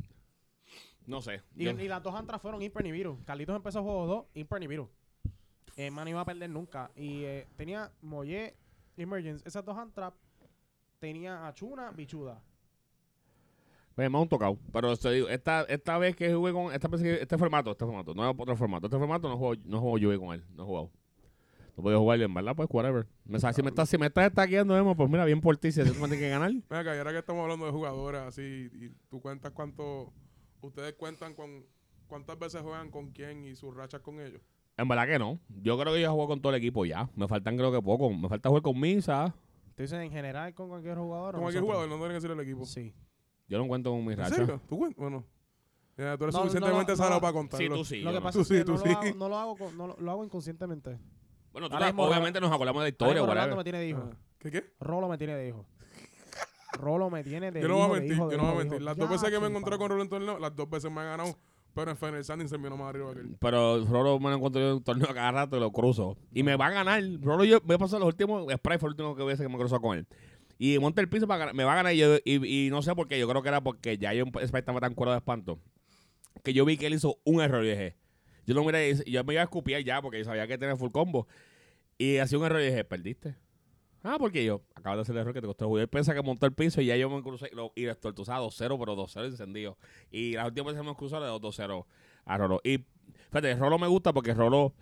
[SPEAKER 1] No sé.
[SPEAKER 3] Y,
[SPEAKER 1] yo-
[SPEAKER 3] y las dos hand trap fueron Imper Nibiru. Carlitos empezó juego 2, Imper Nibiru. Emma no iba a perder nunca. Y eh, tenía Molle, Emergence, esas dos hand trap. Tenía a Chuna, Bichuda.
[SPEAKER 1] Pues me han tocado. Pero te digo, esta, esta vez que jugué con. Esta vez que- este formato, este formato. No es otro formato. Este formato no juego, no juego yo con él. No he jugado. No podía jugar, en verdad, pues, whatever. Me, sa- si me estás si me estás estaqueando, Emma, pues mira, bien por ti. Si tú me tienes que ganar.
[SPEAKER 2] Venga, acá, y ahora que estamos hablando de jugadoras, así, y tú cuentas cuánto. Ustedes cuentan con cuántas veces juegan con quién y sus rachas con ellos.
[SPEAKER 1] En verdad que no. Yo creo que yo juego con todo el equipo ya. Me faltan, creo que poco. Me falta jugar con Misa.
[SPEAKER 3] ¿Tú dices en general con cualquier jugador? o
[SPEAKER 2] Con cualquier
[SPEAKER 3] nosotros?
[SPEAKER 2] jugador, no tienen que ser el equipo.
[SPEAKER 3] Sí.
[SPEAKER 1] Yo no cuento con mis
[SPEAKER 2] ¿En
[SPEAKER 1] rachas.
[SPEAKER 2] serio? ¿Tú cuentas? Bueno. Ya, tú eres
[SPEAKER 3] No, no,
[SPEAKER 2] suficientemente
[SPEAKER 3] no,
[SPEAKER 2] salado
[SPEAKER 3] no.
[SPEAKER 2] para contarlo.
[SPEAKER 1] Sí, tú sí.
[SPEAKER 3] lo
[SPEAKER 1] yo
[SPEAKER 3] que
[SPEAKER 1] no.
[SPEAKER 3] pasa
[SPEAKER 2] Tú
[SPEAKER 3] es que
[SPEAKER 2] [LAUGHS] sí, tú
[SPEAKER 3] no,
[SPEAKER 2] sí.
[SPEAKER 3] lo hago, no lo hago con- no lo- lo hago inconscientemente.
[SPEAKER 1] Bueno, tú
[SPEAKER 3] Ahora
[SPEAKER 1] estás-
[SPEAKER 3] mismo-
[SPEAKER 1] obviamente nos acordamos de la historia,
[SPEAKER 3] Ahora mismo Rolando
[SPEAKER 1] whatever.
[SPEAKER 3] me tiene de hijo.
[SPEAKER 2] Ah, ¿Qué qué?
[SPEAKER 3] Rolo me tiene de hijo. Rolo me tiene de
[SPEAKER 2] Yo
[SPEAKER 3] hijo.
[SPEAKER 2] no voy a
[SPEAKER 3] de
[SPEAKER 2] mentir,
[SPEAKER 3] hijo, de
[SPEAKER 2] yo no voy
[SPEAKER 3] hijo,
[SPEAKER 2] a
[SPEAKER 3] de
[SPEAKER 2] mentir.
[SPEAKER 3] hijo.
[SPEAKER 2] Las dos veces que me
[SPEAKER 3] Ya,
[SPEAKER 2] he encontrado con
[SPEAKER 3] chimpa.
[SPEAKER 2] Rolo en torneo, las dos veces me ha ganado. Pero en Final Sanding se vino más arriba que él. [LAUGHS]
[SPEAKER 1] Pero Rolo me lo encuentro yo en un torneo cada rato y lo cruzo. Y me va a ganar. Rolo yo me pasó los últimos. Sprite fue el último que hubiese que me cruzó con él. Y monta el piso para ganar- me va a ganar. Y, yo- y- y no sé por qué. Yo creo que era porque ya yo Sprite estaba tan cuero de espanto. Que yo vi que él hizo un error y dije. Yo lo miré y dice- yo me iba a escupir ya porque yo sabía que tenía full combo. Y hacía un error y dije, perdiste. Ah, porque yo acabo de hacer el error que te costó el juego. Él piensa que montó el piso y ya yo me crucé y lo- y destortuzaba 2-0, pero 2-0 encendido. Y las últimas veces que me cruzado le doy 2-0 a Rolo. Y fíjate, Rolo me gusta porque Rolo,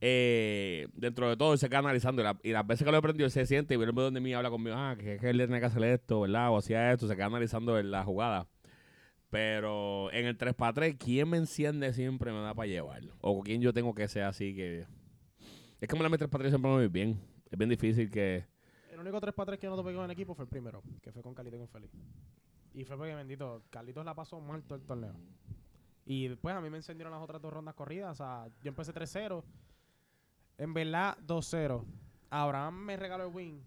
[SPEAKER 1] eh, dentro de todo, él se queda analizando. Y, la- y las veces que lo he aprendido, él se siente y viene donde mí y habla conmigo. Ah, que, que él tenía que hacer esto, ¿verdad? O hacía esto, se queda analizando en la jugada. Pero en el 3x3, ¿quién me enciende siempre me da para llevarlo? O quién yo tengo que ser así que. Es que me la mi 3x3 siempre me va bien. Es bien difícil que.
[SPEAKER 3] El único 3 para 3 que yo no tope con el equipo fue el primero, que fue con Carlito y con Félix. Y fue porque, bendito, Carlitos la pasó mal todo el torneo. Y después a mí me encendieron las otras dos rondas corridas. O sea, yo empecé 3-0. En verdad, 2-0. Abraham me regaló el win.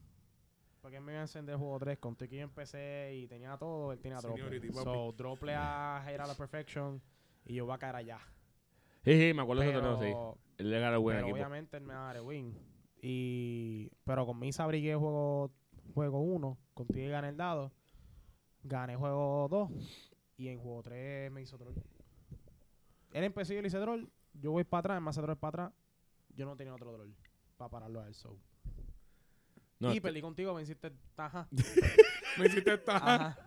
[SPEAKER 3] Porque él me iba a encender el juego 3. Con Tiki yo empecé y tenía todo. Él tenía
[SPEAKER 2] Seniority,
[SPEAKER 3] drople.
[SPEAKER 2] papi.
[SPEAKER 3] So, drople a Hate a la Perfection. Y yo voy a caer allá.
[SPEAKER 1] Sí, sí, me acuerdo de ese torneo, sí.
[SPEAKER 3] Pero,
[SPEAKER 1] Él le ganó buen
[SPEAKER 3] pero
[SPEAKER 1] equipo.
[SPEAKER 3] obviamente él me va a dar el win. Y, pero con Misa brigué juego juego 1, con Tigre gané el dado, gané juego 2 y en juego 3 me hizo troll. Él empezó y yo le hice troll, yo voy para atrás, él me hace troll para atrás, yo no tenía otro troll para pararlo a él. So.
[SPEAKER 1] No, [LAUGHS]
[SPEAKER 3] y
[SPEAKER 1] este-
[SPEAKER 3] perdí contigo, venciste
[SPEAKER 1] [LAUGHS]
[SPEAKER 3] taja.
[SPEAKER 2] Me hiciste esta.
[SPEAKER 3] Ajá.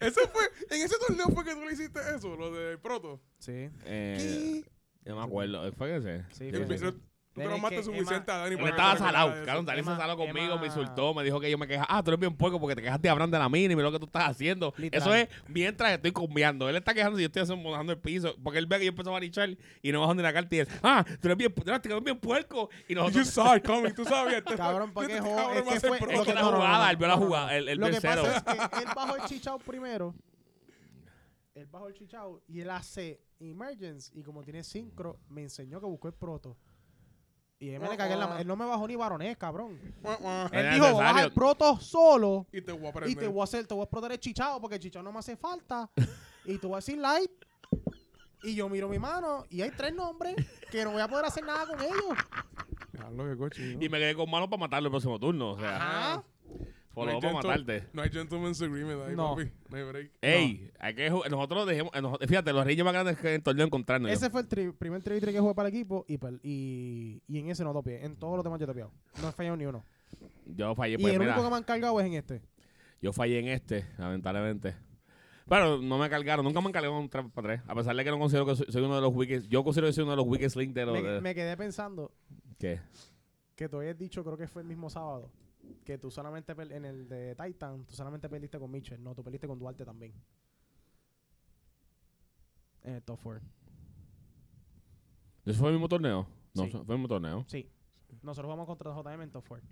[SPEAKER 2] Eso fue, en ese torneo fue que tú le hiciste eso, lo de Proto.
[SPEAKER 3] Sí.
[SPEAKER 1] eh, no me acuerdo. ¿Fue ese?
[SPEAKER 3] Sí,
[SPEAKER 1] Yo
[SPEAKER 3] fue
[SPEAKER 2] El
[SPEAKER 1] empecé-
[SPEAKER 3] ese.
[SPEAKER 2] Vicente- Tú
[SPEAKER 3] Pero es
[SPEAKER 2] traumaste
[SPEAKER 3] que
[SPEAKER 2] suficiente
[SPEAKER 3] Emma-
[SPEAKER 2] a Dani.
[SPEAKER 1] Yo
[SPEAKER 2] para
[SPEAKER 1] estaba
[SPEAKER 2] que no
[SPEAKER 1] salado,
[SPEAKER 2] recordara
[SPEAKER 1] cabrón. Dani se
[SPEAKER 3] Emma-
[SPEAKER 1] saló conmigo,
[SPEAKER 3] Emma-
[SPEAKER 1] me insultó, me dijo que yo me quejaba. Ah, tú eres bien puerco porque te quejaste hablando de la mina y mira lo que tú estás haciendo.
[SPEAKER 3] Literal.
[SPEAKER 1] Eso es mientras estoy cumbiando. Él está quejando y yo estoy acomodando el piso. Porque él ve que yo empiezo a marichar y no bajo ni la carta y él, ah, tú eres bien, pu- tú eres bien puerco. Y
[SPEAKER 2] eso. You
[SPEAKER 1] nosotros.
[SPEAKER 2] saw it coming, tú sabías. Este
[SPEAKER 3] Cabrón, ¿para
[SPEAKER 2] este
[SPEAKER 3] qué joder?
[SPEAKER 2] cabrón va a
[SPEAKER 3] Es que
[SPEAKER 2] ser
[SPEAKER 3] fue-
[SPEAKER 2] pro.
[SPEAKER 1] [LAUGHS] Es que la
[SPEAKER 3] No, no, no,
[SPEAKER 1] jugada,
[SPEAKER 3] no.
[SPEAKER 1] él vio la
[SPEAKER 3] No, no, no.
[SPEAKER 1] jugada, él, él
[SPEAKER 3] Lo
[SPEAKER 1] vio
[SPEAKER 3] que
[SPEAKER 1] el cero.
[SPEAKER 3] pasa es que él bajó el chichao primero. Él bajó el chichao y él hace emergence. Y como tiene sincro, me enseñó que buscó el proto. Y él me le cagué en la ma- Él no me bajó ni varonés, cabrón.
[SPEAKER 2] Mua, mua.
[SPEAKER 1] Era
[SPEAKER 3] Él dijo,
[SPEAKER 1] necesario.
[SPEAKER 3] baja el proto solo.
[SPEAKER 2] Y te voy a
[SPEAKER 3] Y te
[SPEAKER 2] aprender.
[SPEAKER 3] voy a hacer, te voy a explotar el chichao porque el chichao no me hace falta. y tú vas a decir light. Y yo miro mi mano y hay tres nombres que no voy a poder hacer nada con ellos.
[SPEAKER 2] Diablo, qué cochino.
[SPEAKER 1] Y me quedé con mano para matarlo el próximo turno. O sea,
[SPEAKER 3] Ajá. Pues
[SPEAKER 1] follow
[SPEAKER 2] No hay
[SPEAKER 1] para
[SPEAKER 2] gentle-
[SPEAKER 1] matarte.
[SPEAKER 2] No hay gentleman's agreement ahí,
[SPEAKER 3] No.
[SPEAKER 2] papi. No hay break.
[SPEAKER 1] Ey, hay que ju- nosotros dejemos. eh, nos- Fíjate, los reyes más grandes que en el torneo encontrarnos.
[SPEAKER 3] Ese fue el tri- primer tri que jugué para el equipo y, per- y, y en ese no topié. En todos los demás yo he topiado. No he fallado ni uno.
[SPEAKER 1] yo fallé.
[SPEAKER 3] Y
[SPEAKER 1] pues,
[SPEAKER 3] el
[SPEAKER 1] mira.
[SPEAKER 3] único que me han cargado es en este.
[SPEAKER 1] Yo fallé en este, lamentablemente. Pero no me cargaron, nunca me cargaron un 3 para 3. A pesar de que no considero que soy, soy uno de los weakest. Yo considero que soy uno de los weakest link de los.
[SPEAKER 3] Me,
[SPEAKER 1] de-
[SPEAKER 3] me quedé pensando
[SPEAKER 1] ¿Qué?
[SPEAKER 3] que tú habías dicho, creo que fue el mismo sábado, que tú solamente per- en el de Titan, tú solamente perdiste con Mitchell. No, tú perdiste con Duarte también. En el top 4.
[SPEAKER 1] ¿Eso fue el mismo torneo? No,
[SPEAKER 3] Sí.
[SPEAKER 1] fue el mismo torneo.
[SPEAKER 3] Sí. Nosotros jugamos contra JM en top 4.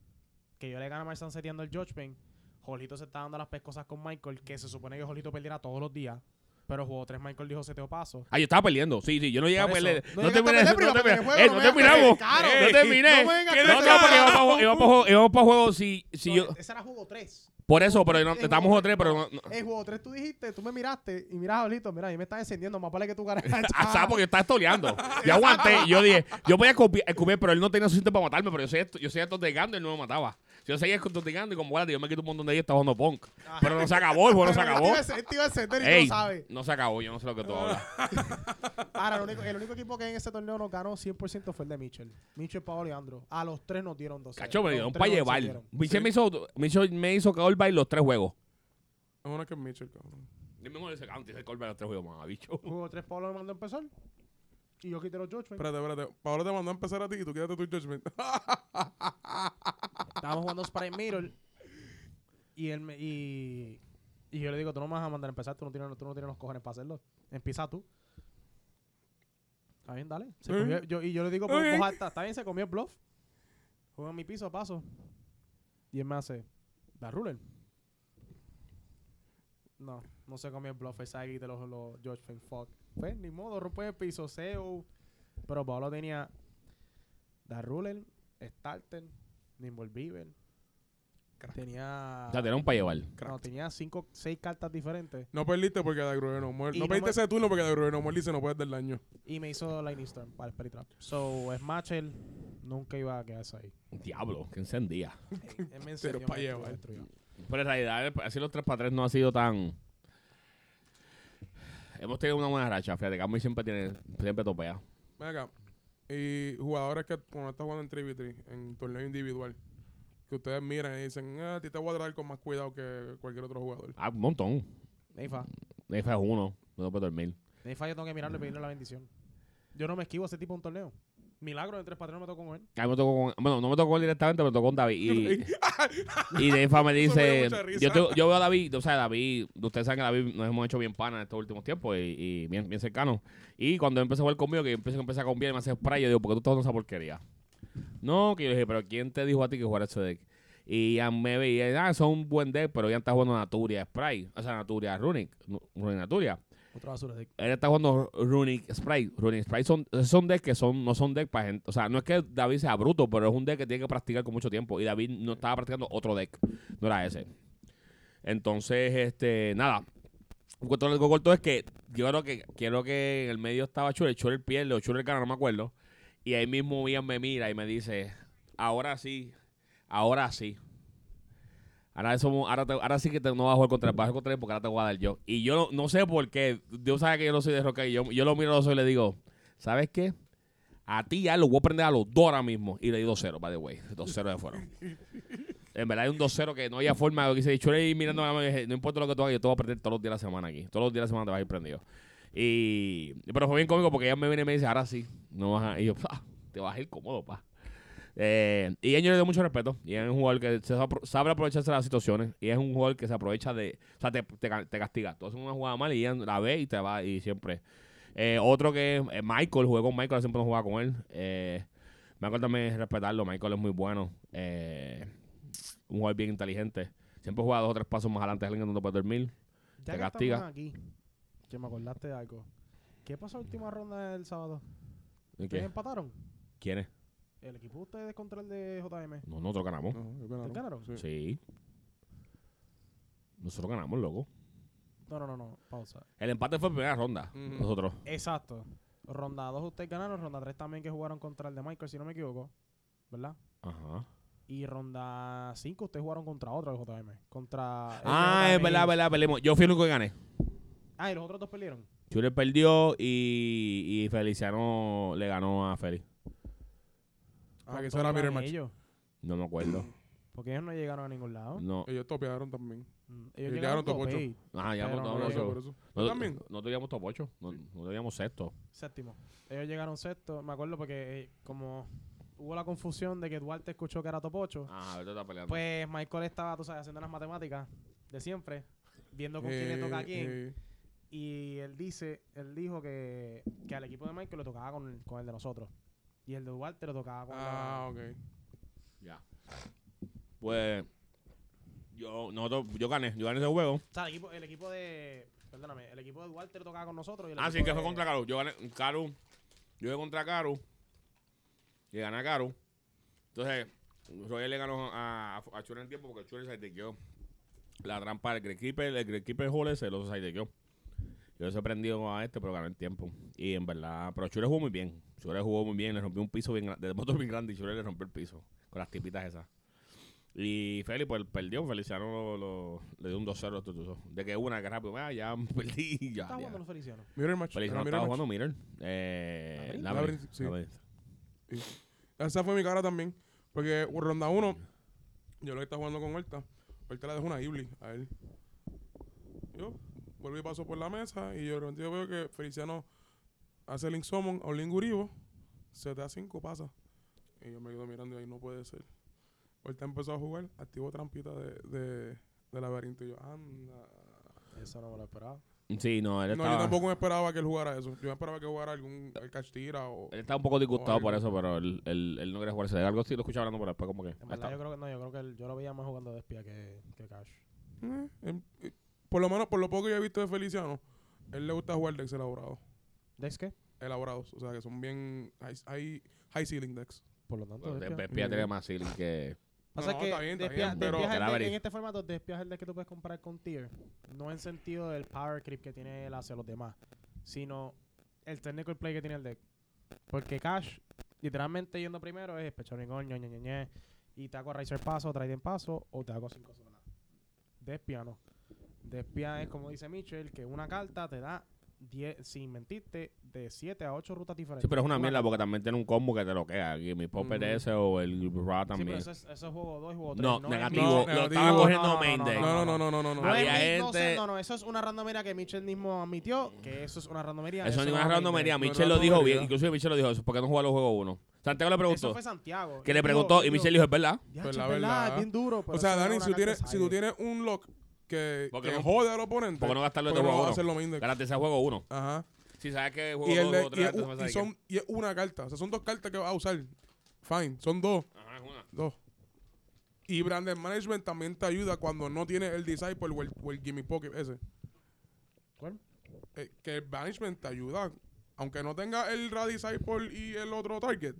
[SPEAKER 3] Que yo le gané a Marsan seteando el Judgment. Jolito se está dando las pescosas con Michael, que se supone que Jolito perdiera todos los días. Pero jugó tres, Michael dijo seteo paso.
[SPEAKER 1] Ah, yo estaba perdiendo. Sí, sí, yo no llegué a
[SPEAKER 3] Por eso.
[SPEAKER 1] perder. No,
[SPEAKER 3] No llegaste a
[SPEAKER 1] terminé. no
[SPEAKER 3] perder, pero
[SPEAKER 1] terminé.
[SPEAKER 3] para que
[SPEAKER 1] Ey, no
[SPEAKER 3] juego, no me hagas
[SPEAKER 1] terminamos.
[SPEAKER 3] claro.
[SPEAKER 1] no terminé.
[SPEAKER 3] No me
[SPEAKER 1] No,
[SPEAKER 3] hagas que
[SPEAKER 1] no,
[SPEAKER 3] te-
[SPEAKER 1] porque íbamos para juego- íbamos para juego- íbamos para juego. Si, si
[SPEAKER 3] No,
[SPEAKER 1] yo,
[SPEAKER 3] Ese era juego 3.
[SPEAKER 1] por eso, pero no,
[SPEAKER 3] en
[SPEAKER 1] estamos juego
[SPEAKER 3] juego
[SPEAKER 1] 3, pero no. no.
[SPEAKER 3] El juego 3 tú dijiste, tú me miraste y miras a Jolito, mira, y me está descendiendo, más vale que tú ganas.
[SPEAKER 1] [LAUGHS] Ah, sabe, porque yo estaba estoleando. [LAUGHS] Yo aguanté. Yo dije, yo voy a escupir, escupir, pero él no tenía suficiente para matarme. Pero yo seguía, yo seguía totegando y él no me mataba. Si yo seguía totegando y con bola, yo me quito un montón de días estaba jugando punk. Ah. Pero no se acabó, el juego no se
[SPEAKER 3] Pero él
[SPEAKER 1] acabó.
[SPEAKER 3] te iba a- Él te iba a descender y tú
[SPEAKER 1] Ey,
[SPEAKER 3] lo sabes.
[SPEAKER 1] no Ah. se acabó, yo no sé lo que tú hablas.
[SPEAKER 3] Ahora, el único, el único equipo que en ese torneo nos ganó 100% fue el de Mitchell. Mitchell, Paolo y Leandro. A los tres nos dieron dos.
[SPEAKER 1] Cacho, me dieron para llevar. Michel me hizo, me hizo, me hizo callback los tres juegos.
[SPEAKER 2] Es una que es Mitchell, cabrón.
[SPEAKER 1] Yo mismo le hice "Ah, te hice callback los tres juegos, mamá, bicho.
[SPEAKER 3] Jugó tres, Paolo me mandó a empezar. Y yo quité los judgments.
[SPEAKER 2] Espérate, espérate. Paola te mandó a empezar a ti y tú quédate tu judgment. [LAUGHS]
[SPEAKER 3] Estábamos jugando Sprite Mirror. Y él me, y, y yo le digo, tú no me vas a mandar a empezar, tú no tienes, tú no tienes los cojones para hacerlo. Empieza tú. Está bien, dale. Se
[SPEAKER 2] Ok.
[SPEAKER 3] cogió- yo- y yo le digo, pues,
[SPEAKER 2] Ok.
[SPEAKER 3] voz alta, está bien, se comió el bluff. Juega en mi piso, paso. Y él me hace, la ruler. No, no se comió el bluff, esa ahí de los, los George Finn, fuck. Pues, ni modo, rompe el piso, SEO. Pero Pablo tenía la ruler, starter, Nimble Tenía.
[SPEAKER 1] O sea, te dieron para llevar.
[SPEAKER 3] No, tenía cinco, seis cartas diferentes.
[SPEAKER 2] No perdiste porque Dagruber no muere.
[SPEAKER 3] Y
[SPEAKER 2] No
[SPEAKER 3] no
[SPEAKER 2] perdiste
[SPEAKER 3] me-
[SPEAKER 2] ese turno porque Dagruber no muere y se no puedes dar daño.
[SPEAKER 3] Y me hizo Lightning Storm para el Spirit Trap. So, Smatchel nunca iba a
[SPEAKER 2] [LAUGHS]
[SPEAKER 3] quedarse ahí.
[SPEAKER 1] Diablo, que encendía.
[SPEAKER 3] Él me enseñó,
[SPEAKER 2] pa'
[SPEAKER 3] me destruyó,
[SPEAKER 2] llevar.
[SPEAKER 3] me destruyó.
[SPEAKER 1] Pero en Pues realidad, así los 3 para 3 no ha sido tan. Hemos tenido una buena racha, fíjate. Cammy siempre tiene, siempre topea.
[SPEAKER 2] Ven acá. Y jugadores que cuando estás jugando en 3v3, en torneo individual, que ustedes miran y dicen, ah, a ti te voy a tratar con más cuidado que cualquier otro jugador.
[SPEAKER 1] Ah, un montón.
[SPEAKER 3] Neifa.
[SPEAKER 1] F es uno, no puedo dormir.
[SPEAKER 3] Neifa, yo tengo que mirarlo y pedirle la bendición. Yo no me esquivo a ese tipo en un torneo. Milagro de tres patrones me tocó con él.
[SPEAKER 1] A mí me tocó con, bueno, no me tocó con él directamente, pero tocó con David. Y,
[SPEAKER 2] [LAUGHS]
[SPEAKER 1] y de Infa me
[SPEAKER 2] Eso me dio
[SPEAKER 1] dice,
[SPEAKER 2] mucha risa.
[SPEAKER 1] yo, estoy- yo veo a David, o sea, David, ustedes saben que David nos hemos hecho bien panas en estos últimos tiempos y, y bien, bien cercanos. Y cuando empecé a jugar conmigo, que yo empecé, empecé a confiar y me hace spray, yo digo, ¿por qué tú estás usando esa porquería? No, que yo le dije, pero ¿quién te dijo a ti que jugara ese deck? Y ya me veía, ah, son un buen deck, pero ya está jugando Naturia Spray, o sea, Naturia Runic, Nu- Runic Naturia.
[SPEAKER 3] Otra basura deck.
[SPEAKER 1] Él está jugando Runic Sprite. Runic Sprite son, son decks que son, no son decks para gente. O sea, no es que David sea bruto, pero es un deck que tiene que practicar con mucho tiempo. Y David no estaba practicando otro deck. No era ese. Entonces, este, nada. Un cuento largo corto es que yo creo que quiero que en el medio estaba Churel, Churel pierde o Churel gana, no me acuerdo. Y ahí mismo Ian me mira y me dice, ahora sí, ahora sí. Ahora, somos, ahora, te- ahora sí que te, no vas a jugar contra el vas a jugar contra él porque ahora te voy a dar yo. Y yo no, no sé por qué. Dios sabe que yo no soy de roca. Y yo, yo lo miro a los ojos y le digo, ¿sabes qué? A ti ya lo voy a prender a los dos ahora mismo. Y le di 2-0, by the way. 2-0 de afuera. En verdad hay un 2-0 que no había forma. Que dice, yo le mirando a la mano y dije, no importa lo que tú hagas, yo te voy a prender todos los días de la semana aquí. Todos los días de la semana te vas a ir prendido. Y, pero fue bien cómico porque ella me viene y me dice, ahora sí, no vas a... Y yo, pa, te vas a ir cómodo, pa. Eh, y a él yo le doy mucho respeto. Y es un jugador que se sabe apro- sabe aprovecharse de las situaciones. Y es un jugador que se aprovecha de. O sea, te, te, ca- te castiga. Tú haces una jugada mal y Ian la ve y te va. Y siempre. Eh, otro que es eh, Michael. Jugué con Michael. Siempre no jugaba con él. Eh, Michael también es respetarlo. Michael es muy bueno. Eh, un jugador bien inteligente. Siempre juega dos o tres pasos más adelante. Es alguien que no te puede dormir. Te
[SPEAKER 3] Ya que estamos
[SPEAKER 1] castiga.
[SPEAKER 3] aquí, que me acordaste de algo. ¿Qué pasó en la última ronda del sábado?
[SPEAKER 1] ¿Y
[SPEAKER 3] ¿Quiénes
[SPEAKER 1] ¿Qué?
[SPEAKER 3] empataron?
[SPEAKER 1] ¿Quién es?
[SPEAKER 3] El equipo de ustedes contra el de JM.
[SPEAKER 1] No, nosotros ganamos.
[SPEAKER 2] No, ellos ganaron.
[SPEAKER 3] ganaron?
[SPEAKER 2] Sí.
[SPEAKER 1] Sí. Nosotros ganamos, loco.
[SPEAKER 3] No, no, no, no. Pausa.
[SPEAKER 1] El empate fue en primera ronda.
[SPEAKER 2] Ujú.
[SPEAKER 1] Nosotros.
[SPEAKER 3] Exacto. Ronda 2 ustedes ganaron, ronda 3 también que jugaron contra el de Michael, si no me equivoco. ¿Verdad?
[SPEAKER 1] Ajá.
[SPEAKER 3] Y ronda 5 ustedes jugaron contra otro de JM. Contra. el
[SPEAKER 1] Ah, es
[SPEAKER 3] JM.
[SPEAKER 1] verdad, verdad, perdimos. Yo fui el único que gané.
[SPEAKER 3] Ah, y los otros dos perdieron.
[SPEAKER 1] Churel perdió y, y Feliciano le ganó a Félix.
[SPEAKER 2] Ah, que
[SPEAKER 3] ¿Cuánto
[SPEAKER 2] ese era Mirror
[SPEAKER 3] ganan
[SPEAKER 2] Match.
[SPEAKER 3] ellos?
[SPEAKER 1] No me acuerdo.
[SPEAKER 3] Porque ellos no llegaron a ningún lado.
[SPEAKER 1] No.
[SPEAKER 2] Ellos topearon también.
[SPEAKER 3] Mm, Ellos
[SPEAKER 2] llegaron
[SPEAKER 3] llegaron
[SPEAKER 2] top
[SPEAKER 3] top
[SPEAKER 2] ocho.
[SPEAKER 3] eight,
[SPEAKER 1] Ajá, ya
[SPEAKER 3] Pero
[SPEAKER 1] no,
[SPEAKER 2] Por
[SPEAKER 3] no,
[SPEAKER 1] no,
[SPEAKER 2] eso,
[SPEAKER 3] yo-
[SPEAKER 2] por
[SPEAKER 1] no,
[SPEAKER 2] eso.
[SPEAKER 1] no,
[SPEAKER 2] Yo también.
[SPEAKER 1] no teníamos top 8, no, no teníamos sexto.
[SPEAKER 3] séptimo. Ellos llegaron sexto. Me acuerdo porque eh, como hubo la confusión de que Duarte escuchó que era top 8,
[SPEAKER 1] Ah, ahorita está peleando.
[SPEAKER 3] pues Michael estaba, tú sabes, haciendo las matemáticas de siempre, viendo con quién le toca a
[SPEAKER 2] Eh,
[SPEAKER 3] quién.
[SPEAKER 2] eh,
[SPEAKER 3] Y él dice, él dijo que, que al equipo de Michael le tocaba con, el- con el de nosotros. Y el de Duarte lo tocaba con
[SPEAKER 2] Ah, ok.
[SPEAKER 1] ya. Pues yo, nosotros, yo gané, yo gané ese juego.
[SPEAKER 3] el, o sea, el equipo, el equipo de. Perdóname, el equipo de Duarte lo tocaba con nosotros. Y el
[SPEAKER 1] Ah, sí,
[SPEAKER 3] equipo
[SPEAKER 1] que fue
[SPEAKER 3] de-
[SPEAKER 1] contra Caru. Yo gané, Caru, yo jugué contra Caru y gané a Caru. Entonces, Roger le ganó a, a, Churel en tiempo porque Churel se sidequeó. La trampa del Greg Keeper, el Greg Keeper Hole se lo sidequeó. Yo se prendido a este, pero ganó en tiempo. Y en verdad, pero Churel jugó muy bien. Churel jugó muy bien, le rompió un piso bien grande, de motor bien grande y Churel le rompió el piso con las tipitas esas. Y Félix, pues perdió. Feliciano lo- lo- le dio un 2-0 a los tutuzos. De que una, que rápido, ah, ya [LAUGHS] perdí, ya.
[SPEAKER 3] Está
[SPEAKER 1] ya.
[SPEAKER 3] jugando los Feliciano.
[SPEAKER 2] Mirror Match.
[SPEAKER 1] Feliciano
[SPEAKER 2] era
[SPEAKER 1] estaba jugando
[SPEAKER 2] Mirror Match.
[SPEAKER 1] Mirror. Eh,
[SPEAKER 3] Labyrinth.
[SPEAKER 1] Labyrinth,
[SPEAKER 2] Labyrinth, sí.
[SPEAKER 1] Labyrinth.
[SPEAKER 2] Esa fue mi cara también. Porque ronda 1, yo lo que estaba jugando con Horta. Horta le dejó una Ibli a él. Yo vuelvo y paso por la mesa y yo de repente yo veo que Feliciano hace Link Summon a un Link Uribo, se da 5, pasa. Y yo me quedo mirando y ahí no puede ser. Horta empezó a jugar, activó trampita de, de, de laberinto y yo, anda.
[SPEAKER 3] Eso no me lo esperaba.
[SPEAKER 1] Sí, no, él
[SPEAKER 2] No,
[SPEAKER 1] estaba,
[SPEAKER 2] yo tampoco me esperaba que él jugara eso. Yo me esperaba que jugara algún el catch tira o... eh,
[SPEAKER 1] él estaba un poco disgustado
[SPEAKER 2] O
[SPEAKER 1] por
[SPEAKER 2] algo.
[SPEAKER 1] eso, pero él, él, él no quería jugarse. Algo sí lo escuchaba hablando, pero después como que...
[SPEAKER 3] En
[SPEAKER 1] ahí está.
[SPEAKER 3] verdad, yo creo que no, yo creo que él- yo lo veía más jugando de espía que, que Cash.
[SPEAKER 2] Eh, em- eh, por lo menos, por lo poco que yo he visto de Feliciano, él le gusta jugar decks elaborados.
[SPEAKER 3] ¿Dex qué?
[SPEAKER 2] Elaborados, o sea, que son bien high, high, high ceiling decks.
[SPEAKER 3] Por lo tanto,
[SPEAKER 1] Pero
[SPEAKER 3] de
[SPEAKER 1] de- de
[SPEAKER 3] espía.
[SPEAKER 1] espía tenía más ceiling que...
[SPEAKER 3] Pasa
[SPEAKER 2] No,
[SPEAKER 3] que
[SPEAKER 2] está bien, está
[SPEAKER 3] de espía-
[SPEAKER 2] bien,
[SPEAKER 3] de
[SPEAKER 2] pero-
[SPEAKER 3] espía es el
[SPEAKER 1] Era
[SPEAKER 3] de-
[SPEAKER 1] Labyrinth.
[SPEAKER 3] en este formato, de espía es el de que tú puedes comparar con tier. No en sentido del power creep que tiene él hacia los demás, sino el technical play que tiene el deck. Porque Cash, literalmente yendo primero, es Pechonigón, ñe, ñe, ñe, ñe, y te hago Riser paso, Trident paso, o te hago cinco zonas. De espía no. De espía es como dice Mitchell, que una carta te da, 10, sin mentirte, de 7 a 8 rutas diferentes.
[SPEAKER 1] Sí, pero es una
[SPEAKER 3] mierda
[SPEAKER 1] mierda porque también tiene un combo que te lo queda. Aquí mi Popper
[SPEAKER 2] Ujú.
[SPEAKER 1] ese o el Ra
[SPEAKER 3] Sí, pero
[SPEAKER 1] también.
[SPEAKER 3] eso es, eso es juego 2 y juego 3.
[SPEAKER 1] no,
[SPEAKER 2] No,
[SPEAKER 1] negativo. lo
[SPEAKER 2] negativo.
[SPEAKER 1] estaba
[SPEAKER 2] No,
[SPEAKER 1] cogiendo
[SPEAKER 3] no, no,
[SPEAKER 1] main
[SPEAKER 3] no,
[SPEAKER 1] deck.
[SPEAKER 2] No, no, no, no, no, no.
[SPEAKER 3] No, es
[SPEAKER 1] Había
[SPEAKER 3] mi- no,
[SPEAKER 1] gente-
[SPEAKER 3] sé, no, no, eso es una randomería que Mitchell mismo admitió, que eso es una randomería.
[SPEAKER 1] Eso
[SPEAKER 3] no
[SPEAKER 1] ni
[SPEAKER 3] es
[SPEAKER 1] una
[SPEAKER 3] una
[SPEAKER 1] randomería.
[SPEAKER 3] randomería.
[SPEAKER 2] no es
[SPEAKER 1] Michelle lo dijo
[SPEAKER 2] randomería.
[SPEAKER 1] bien. Inclusive Michelle lo dijo eso. ¿Por qué no jugaba los juegos uno? Santiago le
[SPEAKER 3] Eso
[SPEAKER 1] preguntó.
[SPEAKER 3] fue Santiago.
[SPEAKER 1] Que le preguntó y Michelle dijo, ¿es verdad?
[SPEAKER 3] Ya,
[SPEAKER 2] Pues
[SPEAKER 3] es
[SPEAKER 2] la
[SPEAKER 3] verdad,
[SPEAKER 2] verdad.
[SPEAKER 3] es bien duro. pero
[SPEAKER 2] O sea,
[SPEAKER 3] eso no es
[SPEAKER 2] Dani,
[SPEAKER 3] una
[SPEAKER 2] si tú,
[SPEAKER 3] carta
[SPEAKER 2] tienes, si tú
[SPEAKER 3] side.
[SPEAKER 2] tienes un lock que,
[SPEAKER 1] Porque
[SPEAKER 2] que
[SPEAKER 1] no-
[SPEAKER 2] jode al oponente,
[SPEAKER 1] ¿Por qué no gastarlo de
[SPEAKER 2] porque no
[SPEAKER 1] juego
[SPEAKER 2] vas a
[SPEAKER 1] uno?
[SPEAKER 2] hacer lo main deck?
[SPEAKER 1] Garantiza juego uno.
[SPEAKER 2] Ajá.
[SPEAKER 1] Si sabes que
[SPEAKER 2] Y,
[SPEAKER 1] juego
[SPEAKER 2] el
[SPEAKER 1] dos,
[SPEAKER 2] deck-
[SPEAKER 1] juego
[SPEAKER 2] y,
[SPEAKER 1] tres,
[SPEAKER 2] es,
[SPEAKER 1] antes
[SPEAKER 2] un-
[SPEAKER 1] vas
[SPEAKER 2] y
[SPEAKER 1] a saber
[SPEAKER 2] son, y es una carta. O sea, son dos cartas que vas a usar. Fine, son dos.
[SPEAKER 1] que- Ajá, es una.
[SPEAKER 2] Dos. Y Branded Management también te ayuda cuando no tienes el Disciple o el, o el Gimme Pocket ese.
[SPEAKER 3] ¿Cuál?
[SPEAKER 2] Eh, que el Banishment te ayuda. Aunque no tenga el Radisciple y el otro Target,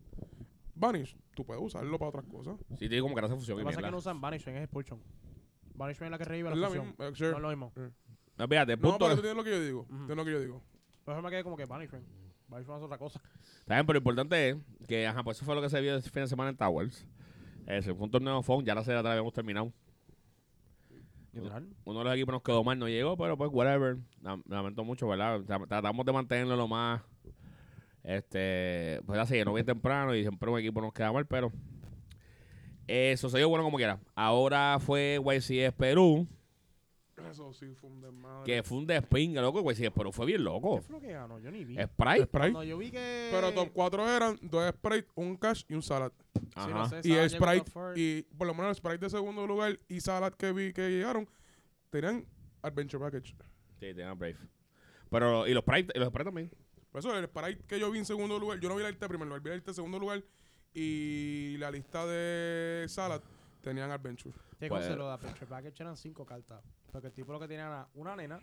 [SPEAKER 2] Banish, tú puedes usarlo para otras cosas.
[SPEAKER 1] Sí, tiene como que no se fusión. y
[SPEAKER 3] Lo que pasa es que
[SPEAKER 1] mierda.
[SPEAKER 3] no usan Banishment, es Expulsion. Banishment es la que revive
[SPEAKER 2] Es
[SPEAKER 3] la
[SPEAKER 2] la
[SPEAKER 3] fusión.
[SPEAKER 2] misma. eh,
[SPEAKER 3] No
[SPEAKER 2] sure.
[SPEAKER 3] es lo mismo.
[SPEAKER 1] No, fíjate, el
[SPEAKER 2] No,
[SPEAKER 1] punto.
[SPEAKER 2] pero tú
[SPEAKER 1] Está
[SPEAKER 2] tienes lo que yo digo. Tienes lo que yo digo.
[SPEAKER 3] Por eso me quedé como que Banishment. Banishment es otra cosa.
[SPEAKER 1] Oh. bien, pero lo importante es que, ajá, pues eso fue lo que se vio este fin de semana en Towers. Ese fue un torneo phone, ya la serie la habíamos terminado.
[SPEAKER 3] Literal.
[SPEAKER 1] Uno de los equipos nos quedó mal, no llegó, pero pues, whatever. Lam- Lamento mucho, ¿verdad? Tra- Tratamos de mantenerlo lo más. Este. Pues así, no bien temprano y siempre un equipo nos queda mal, pero. Eso se dio bueno como quiera. Ahora fue YCS Perú,
[SPEAKER 2] Eso sí fue un desmadre.
[SPEAKER 1] que fue un despingue, loco. YCS Perú fue bien
[SPEAKER 3] ¿Qué
[SPEAKER 1] loco.
[SPEAKER 3] fue lo que ganó? Yo ni vi.
[SPEAKER 1] Sprite.
[SPEAKER 2] Spray.
[SPEAKER 3] Cuando yo vi que...
[SPEAKER 2] Pero top 4 eran dos Sprite, un Cash y un Salad.
[SPEAKER 3] Sí,
[SPEAKER 1] Ajá.
[SPEAKER 3] no sé,
[SPEAKER 2] Y el
[SPEAKER 3] Saban llegó
[SPEAKER 2] Sprite,
[SPEAKER 3] top four.
[SPEAKER 2] y por lo menos el Sprite de segundo lugar y Salad que vi que llegaron, tenían Adventure Package.
[SPEAKER 1] Sí, tenían Brave. Pero, y los Pride, y los Pride también.
[SPEAKER 2] Por eso el Sprite que yo vi en segundo lugar, yo no vi la lista de primer lugar, vi la lista de segundo lugar y la lista de Salad tenían Adventure.
[SPEAKER 3] Que
[SPEAKER 1] Pues-
[SPEAKER 3] cosa lo de Adventure Package eran cinco cartas. Porque el tipo lo que tenía era una nena,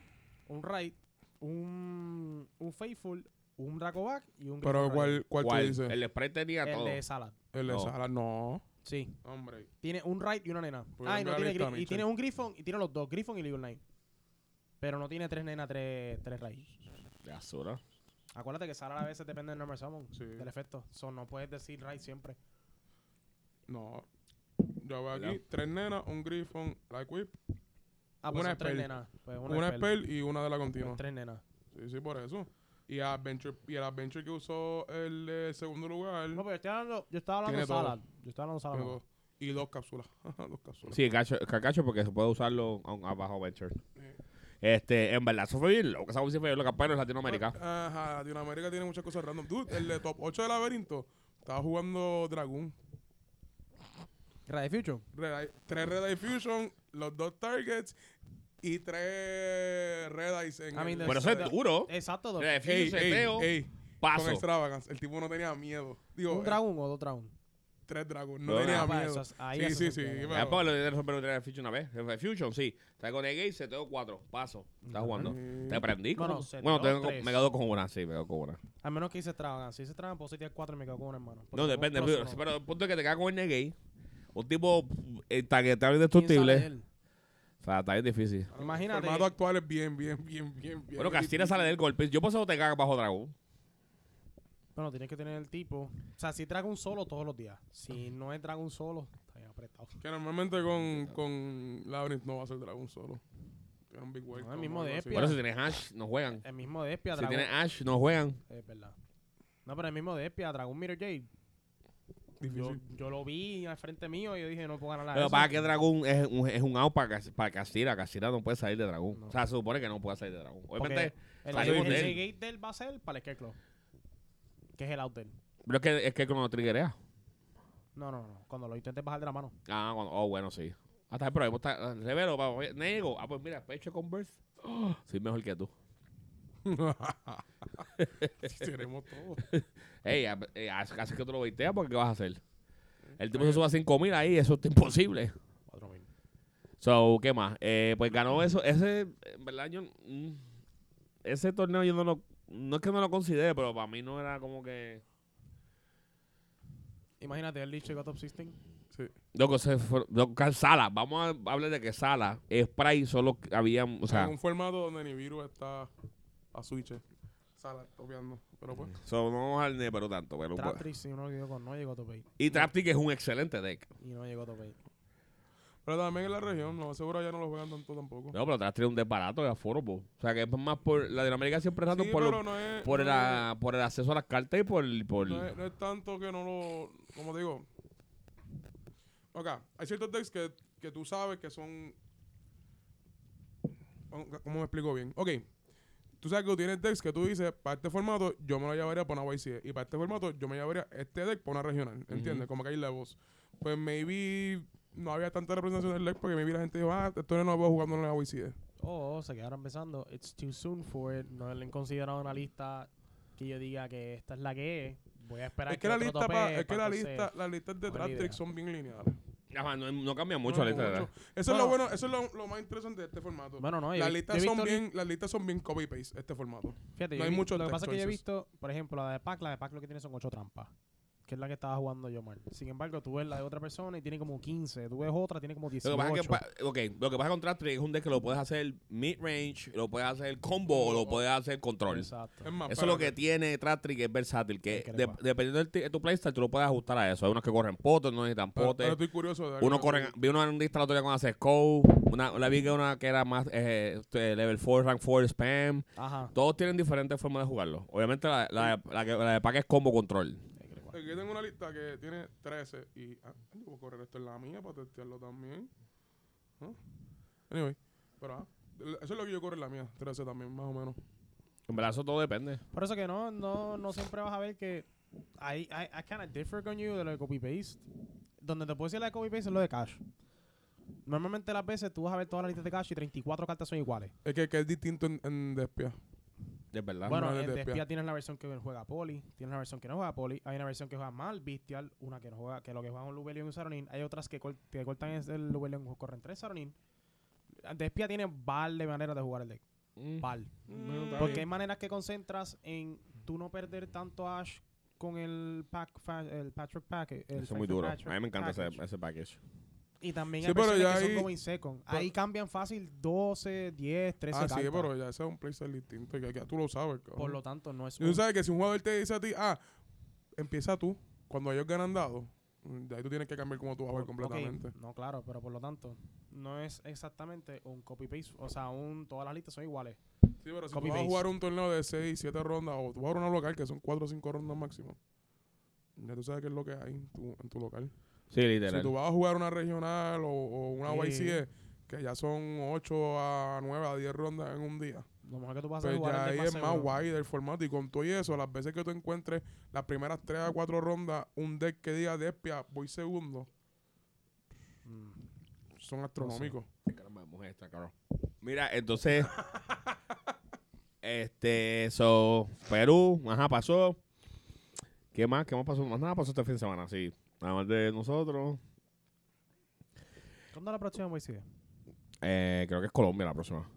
[SPEAKER 3] un raid, un, un faithful, un dracoback y un
[SPEAKER 2] Pero
[SPEAKER 3] Griffin Rider.
[SPEAKER 2] ¿cuál, cuál,
[SPEAKER 1] ¿Cuál?
[SPEAKER 2] tú dices? El,
[SPEAKER 1] El Sprite tenía
[SPEAKER 3] El
[SPEAKER 1] todo.
[SPEAKER 3] de Salad.
[SPEAKER 2] de
[SPEAKER 1] No.
[SPEAKER 2] Salad, no.
[SPEAKER 3] Sí.
[SPEAKER 2] Hombre.
[SPEAKER 3] Tiene un raid y una nena.
[SPEAKER 2] Pues
[SPEAKER 3] ah, y,
[SPEAKER 2] mira
[SPEAKER 3] no
[SPEAKER 2] la
[SPEAKER 3] tiene
[SPEAKER 2] lista,
[SPEAKER 3] gri- y
[SPEAKER 2] Michel.
[SPEAKER 3] tiene un Griffon y tiene los dos, Griffon y League Knight. Pero no tiene tres nenas, tres, tres raid.
[SPEAKER 1] De Azura.
[SPEAKER 3] Acuérdate que Salad a veces depende del number summon,
[SPEAKER 2] Sí.
[SPEAKER 3] del efecto. So, no puedes decir raid siempre.
[SPEAKER 2] No. Yo veo aquí
[SPEAKER 1] ¿Verdad?
[SPEAKER 2] tres nenas, un Griffon, la Equip,
[SPEAKER 3] Ah, pues
[SPEAKER 2] Una
[SPEAKER 3] son tres
[SPEAKER 2] spell.
[SPEAKER 3] nenas. Pues una,
[SPEAKER 2] una,
[SPEAKER 3] spell.
[SPEAKER 2] Spell y una de la
[SPEAKER 3] Pues
[SPEAKER 2] continua.
[SPEAKER 3] tres nenas.
[SPEAKER 2] Sí, sí, por eso. Y, Adventure, y el Adventure que usó el eh, segundo lugar.
[SPEAKER 3] No, pero yo, estoy hablando, yo estaba hablando de
[SPEAKER 2] Tiene todo.
[SPEAKER 3] Salad. Yo estaba hablando de Salad.
[SPEAKER 2] Tiene dos. y dos cápsulas. [LAUGHS] dos cápsulas.
[SPEAKER 1] Sí, cacho- cacacho porque se puede usarlo aún abajo Venture. Este, en verdad, eso fue bien loco. Esa música fue bien loca, pero en Latinoamérica.
[SPEAKER 2] Ajá, Latinoamérica tiene muchas cosas random. Dude, el de top 8 de laberinto estaba jugando Dragoon.
[SPEAKER 3] Raid Future.
[SPEAKER 2] Red Eye- tres Red Eye Fusion, los dos targets y tres Red Eyes en
[SPEAKER 3] I mean,
[SPEAKER 2] el-
[SPEAKER 1] Pero eso es duro.
[SPEAKER 3] Exacto. dos.
[SPEAKER 1] Eh,
[SPEAKER 2] Ey,
[SPEAKER 1] Fusion,
[SPEAKER 2] ey,
[SPEAKER 1] seteo,
[SPEAKER 2] ey, con
[SPEAKER 1] paso.
[SPEAKER 2] extravagance. El tipo no tenía miedo. Digo,
[SPEAKER 3] ¿Un
[SPEAKER 2] eh,
[SPEAKER 3] dragón o dos dragón?
[SPEAKER 2] tres Dragon. No
[SPEAKER 1] No,
[SPEAKER 2] tenía
[SPEAKER 1] ah,
[SPEAKER 3] pa,
[SPEAKER 2] miedo.
[SPEAKER 3] eso es- ahí
[SPEAKER 2] Sí,
[SPEAKER 3] eso
[SPEAKER 2] sí,
[SPEAKER 3] se
[SPEAKER 2] sí,
[SPEAKER 3] entiende.
[SPEAKER 2] iba-
[SPEAKER 1] Ah, pues, lo de resolver el Fusion una vez. El Fusion, sí. Está con Egay, se tengo cuatro. Paso. Está jugando.
[SPEAKER 2] Mm.
[SPEAKER 1] Te prendí.
[SPEAKER 3] Bueno,
[SPEAKER 1] Bueno,
[SPEAKER 3] se
[SPEAKER 1] bueno
[SPEAKER 3] dio
[SPEAKER 1] tengo, con-
[SPEAKER 3] tres.
[SPEAKER 1] me quedo con una, sí, me quedo con una.
[SPEAKER 3] A menos que hice tragan. Si hice tragan, puedo tirar cuatro y me quedo con una hermano. Porque
[SPEAKER 1] No,
[SPEAKER 3] tengo
[SPEAKER 1] depende.
[SPEAKER 3] un
[SPEAKER 1] Pero,
[SPEAKER 3] plus uno.
[SPEAKER 1] pero el punto es que te quedas con el Negay. Un tipo eh, tagueteable
[SPEAKER 3] ¿Quién sabe
[SPEAKER 1] indestructible.
[SPEAKER 3] él?
[SPEAKER 1] O sea, está bien difícil.
[SPEAKER 3] Imagínate.
[SPEAKER 2] El formato actual es bien, bien, bien, bien, bien.
[SPEAKER 1] Bueno, Castilla sale del golpe. Yo puedo te cagas bajo dragón.
[SPEAKER 3] Bueno, tienes que tener el tipo. O sea, si traga un solo todos los días. Si no es dragón solo, está bien apretado.
[SPEAKER 2] Que normalmente con, con Labyrinth no va a ser Dragon solo. Tiene un Big Welcome
[SPEAKER 3] el mismo
[SPEAKER 2] o algo
[SPEAKER 3] de
[SPEAKER 2] así.
[SPEAKER 3] Epia.
[SPEAKER 1] Bueno, si tienes Ash, no juegan.
[SPEAKER 3] El mismo Despia,
[SPEAKER 1] Si
[SPEAKER 3] dragón.
[SPEAKER 1] tienes Ash, no juegan.
[SPEAKER 3] Es verdad. No, pero el mismo Despia, dragón Mirror Jade. Yo,
[SPEAKER 2] Difícil.
[SPEAKER 3] yo lo vi al frente mío y yo dije, Ah, no puedo ganar la
[SPEAKER 1] Pero para que Dragón es un, es un out para, Cas- para Castilla. Castilla no puede salir de Dragón.
[SPEAKER 3] No.
[SPEAKER 1] O sea, se supone que no puede salir de Dragón.
[SPEAKER 3] Porque
[SPEAKER 1] Obviamente,
[SPEAKER 3] El,
[SPEAKER 1] salimos
[SPEAKER 3] el-
[SPEAKER 1] de
[SPEAKER 3] el
[SPEAKER 1] él.
[SPEAKER 3] gate del va a ser para el Scarecrow. Que es el out del.
[SPEAKER 1] pero es que, es que cuando triggerea.
[SPEAKER 3] No, no, no. Cuando lo intentes bajar de la mano.
[SPEAKER 1] Ah, cuando- oh, bueno, sí. Hasta el próximo. Está, ah, revelo, papá. Nego. Ah, pues mira, pecho con Birth. Oh, soy mejor que tú.
[SPEAKER 2] [LAUGHS] Seremos todos.
[SPEAKER 1] Ey, a- eh, haz- haz que tú lo veiteas porque ¿qué vas a hacer? El tipo se suba a 5000 ahí, eso es imposible.
[SPEAKER 3] 4000.
[SPEAKER 1] So, ¿qué más? Eh, pues ganó eso. Ese, en verdad, yo. mm, Ese torneo yo no lo. No es que no lo considere, pero para mí no era como que.
[SPEAKER 3] Imagínate, el dicho llegó top 16.
[SPEAKER 2] Sí.
[SPEAKER 1] Loco, se fue- loco, Cal- Sala, vamos a hablar de que Sala, eh, Sprite solo habían, o sea,
[SPEAKER 2] en un formato donde ni virus está a switch. eh. Sala, topeando. Pero pues.
[SPEAKER 1] so, no vamos al ne, pero tanto, pero pues.
[SPEAKER 3] Traptrix, si uno lo quedó con no llegó top 8.
[SPEAKER 1] Y Traptic es un excelente deck.
[SPEAKER 3] Y no llegó top 8.
[SPEAKER 2] Pero también en la región, no, seguro ya no lo juegan tanto tampoco.
[SPEAKER 1] No, pero Traptic es un desbarato de aforobo. O sea, que es más por Latinoamérica siempre es random
[SPEAKER 2] Sí,
[SPEAKER 1] por, lo-
[SPEAKER 2] pero no es,
[SPEAKER 1] por,
[SPEAKER 2] no
[SPEAKER 1] el, a- por el acceso a las cartas y por, por
[SPEAKER 2] es- no es- no es tanto que no lo. Como digo. Ok, hay ciertos decks que, que tú sabes que son. ¿Cómo cómo me explico bien? Ok. Tú sabes que tú tienes decks que tú dices, para este formato yo me lo llevaría para una YCE. Y para este formato yo me llevaría este deck para una regional. ¿Entiendes?
[SPEAKER 1] Ujú.
[SPEAKER 2] Como que hay levels. Pues maybe no había tanta representación del deck porque maybe la gente dijo, ah, esto no lo veo jugando en la YCE.
[SPEAKER 3] Oh, se quedaron pensando, it's too soon for it. No le han considerado una lista que yo diga que esta es la que es. Voy a esperar
[SPEAKER 2] Es que la
[SPEAKER 3] otro
[SPEAKER 2] lista,
[SPEAKER 3] tope
[SPEAKER 2] pa- es que
[SPEAKER 3] para
[SPEAKER 2] la
[SPEAKER 3] entonces-
[SPEAKER 2] lista, las listas de
[SPEAKER 3] buena
[SPEAKER 2] Traptrix
[SPEAKER 3] idea.
[SPEAKER 2] son bien lineales.
[SPEAKER 1] Ajá, no, no cambia mucho
[SPEAKER 2] No,
[SPEAKER 1] la lista de edad.
[SPEAKER 2] mucho. Eso es
[SPEAKER 3] Bueno.
[SPEAKER 2] lo bueno, eso es lo, lo más interesante de este formato.
[SPEAKER 3] Bueno, no, yo-
[SPEAKER 2] las
[SPEAKER 3] yo he
[SPEAKER 2] listas
[SPEAKER 3] visto
[SPEAKER 2] son
[SPEAKER 3] li-
[SPEAKER 2] bien, las listas son bien copy paste este formato.
[SPEAKER 3] Fíjate,
[SPEAKER 2] No
[SPEAKER 3] yo
[SPEAKER 2] hay
[SPEAKER 3] vi-
[SPEAKER 2] muchos
[SPEAKER 3] Lo que pasa es que yo he
[SPEAKER 2] textos.
[SPEAKER 3] visto, por ejemplo, la de Pac, la de Pac lo que tiene son ocho trampas. Que es la que estaba jugando yo mal. Sin embargo, tú ves la de otra persona y tiene como 15. Tú ves otra, tiene como
[SPEAKER 1] Lo
[SPEAKER 3] 18.
[SPEAKER 1] que, pasa es que, pa- ok, lo que pasa con Trap Trick es un deck que lo puedes hacer mid-range, lo puedes hacer combo o lo puedes hacer control.
[SPEAKER 3] Exacto.
[SPEAKER 2] Es más,
[SPEAKER 1] Eso es lo que
[SPEAKER 2] espérate.
[SPEAKER 1] tiene Trap Trick, es versátil.
[SPEAKER 3] Ay,
[SPEAKER 1] Que
[SPEAKER 3] qué
[SPEAKER 1] de-
[SPEAKER 3] lengua.
[SPEAKER 1] dependiendo del ti- de tu playstyle, tú lo puedes ajustar a eso. Hay unos que corren potes, no necesitan
[SPEAKER 2] Pero- pero
[SPEAKER 1] potes.
[SPEAKER 2] estoy curioso de
[SPEAKER 1] Uno
[SPEAKER 2] alguna-
[SPEAKER 1] corre, vi una en una lista la otra día con Access Code, una, la vi que una que era más eh, este, level 4, rank 4, spam.
[SPEAKER 3] Ajá.
[SPEAKER 1] Todos tienen diferentes formas de jugarlo. Obviamente la, la, la, que- la de pack es combo control.
[SPEAKER 2] Aquí tengo una lista que tiene 13 y... Ah, yo voy a correr esto en la mía para testearlo también. Ah, Anyway, pero ah, eso es lo que yo corro en la mía, 13 también, más o menos.
[SPEAKER 1] En verdad eso todo depende.
[SPEAKER 3] Por eso que no, no, no siempre vas a ver que. I, I, I kind of differ con you de lo de copy-paste. Donde te puedo decir la de copy-paste es lo de cash. Normalmente las veces tú vas a ver todas las listas de cash y 34 cartas son iguales.
[SPEAKER 2] Es que, que es distinto en, en Despia.
[SPEAKER 1] Es verdad.
[SPEAKER 3] Bueno,
[SPEAKER 2] no,
[SPEAKER 3] en
[SPEAKER 2] de
[SPEAKER 3] Despia
[SPEAKER 2] espía.
[SPEAKER 3] tienes la versión que juega Poli, tienes la versión que no juega Poli, hay una versión que juega mal Bestial, una que no juega, que lo que juega un Lubelion y un Saronin, hay otras que, cor- que cortan es el Lubelion y corren tres Saronin. Despia tiene par de maneras de jugar el deck.
[SPEAKER 1] Mm.
[SPEAKER 3] Par.
[SPEAKER 2] Bueno, está
[SPEAKER 3] Porque hay
[SPEAKER 2] bien.
[SPEAKER 3] maneras que concentras en tú no perder tanto Ash con el pack fa- el Patrick Pack. El
[SPEAKER 1] Eso
[SPEAKER 3] Patrick
[SPEAKER 1] es muy duro. A
[SPEAKER 3] Patrick
[SPEAKER 1] mí me encanta ese,
[SPEAKER 3] package.
[SPEAKER 1] ese package.
[SPEAKER 3] Y también
[SPEAKER 2] Sí,
[SPEAKER 3] hay
[SPEAKER 2] pero
[SPEAKER 3] versiones
[SPEAKER 2] ya
[SPEAKER 3] que
[SPEAKER 2] ahí-
[SPEAKER 3] son going second. ahí cambian fácil 12, 10, 13
[SPEAKER 2] Ah, sí,
[SPEAKER 3] cartas.
[SPEAKER 2] pero ya ese es un playstyle distinto. Que, que tú lo sabes, cabrón.
[SPEAKER 3] Por lo tanto, no es
[SPEAKER 2] Y tú
[SPEAKER 3] un-
[SPEAKER 2] sabes que si un jugador te dice a ti, ah, empieza tú, cuando ellos ganan dado, mm, de ahí tú tienes que cambiar cómo tú vas a
[SPEAKER 3] Por-
[SPEAKER 2] ver
[SPEAKER 3] ok,
[SPEAKER 2] completamente.
[SPEAKER 3] No, claro, pero por lo tanto, no es exactamente un copy-paste. O sea, un, todas las listas son iguales.
[SPEAKER 2] Sí, pero si
[SPEAKER 3] Copy
[SPEAKER 2] tú vas a
[SPEAKER 3] paste.
[SPEAKER 2] jugar un torneo de 6, 7 rondas, o tú vas a jugar una local, que son 4 o 5 rondas máximo, ya tú sabes qué es lo que hay en tu, en tu local.
[SPEAKER 1] Sí, literal.
[SPEAKER 2] Si tú vas a jugar una regional o, o una
[SPEAKER 3] Sí.
[SPEAKER 2] YCE, que ya son 8 a 9 a 10 rondas en un día,
[SPEAKER 3] Lo mejor que tú vas a
[SPEAKER 2] pues
[SPEAKER 3] jugar
[SPEAKER 2] ya
[SPEAKER 3] el
[SPEAKER 2] ahí
[SPEAKER 3] deck
[SPEAKER 2] es más
[SPEAKER 3] seguro.
[SPEAKER 2] wide el formato. Y con todo y eso, las veces que tú encuentres las primeras 3 a 4 rondas, un deck que diga despia, voy segundo,
[SPEAKER 3] Mm.
[SPEAKER 2] son astronómicos.
[SPEAKER 1] Caramba, de mujer esta, cabrón. Mira,
[SPEAKER 3] [LAUGHS]
[SPEAKER 1] entonces. este, so. Perú, ajá, pasó. ¿Qué más? ¿Qué más pasó? Más nada pasó este fin de semana, sí. Nada más de nosotros.
[SPEAKER 3] ¿Cuándo la próxima YCD?
[SPEAKER 1] Eh, creo que es Colombia la próxima.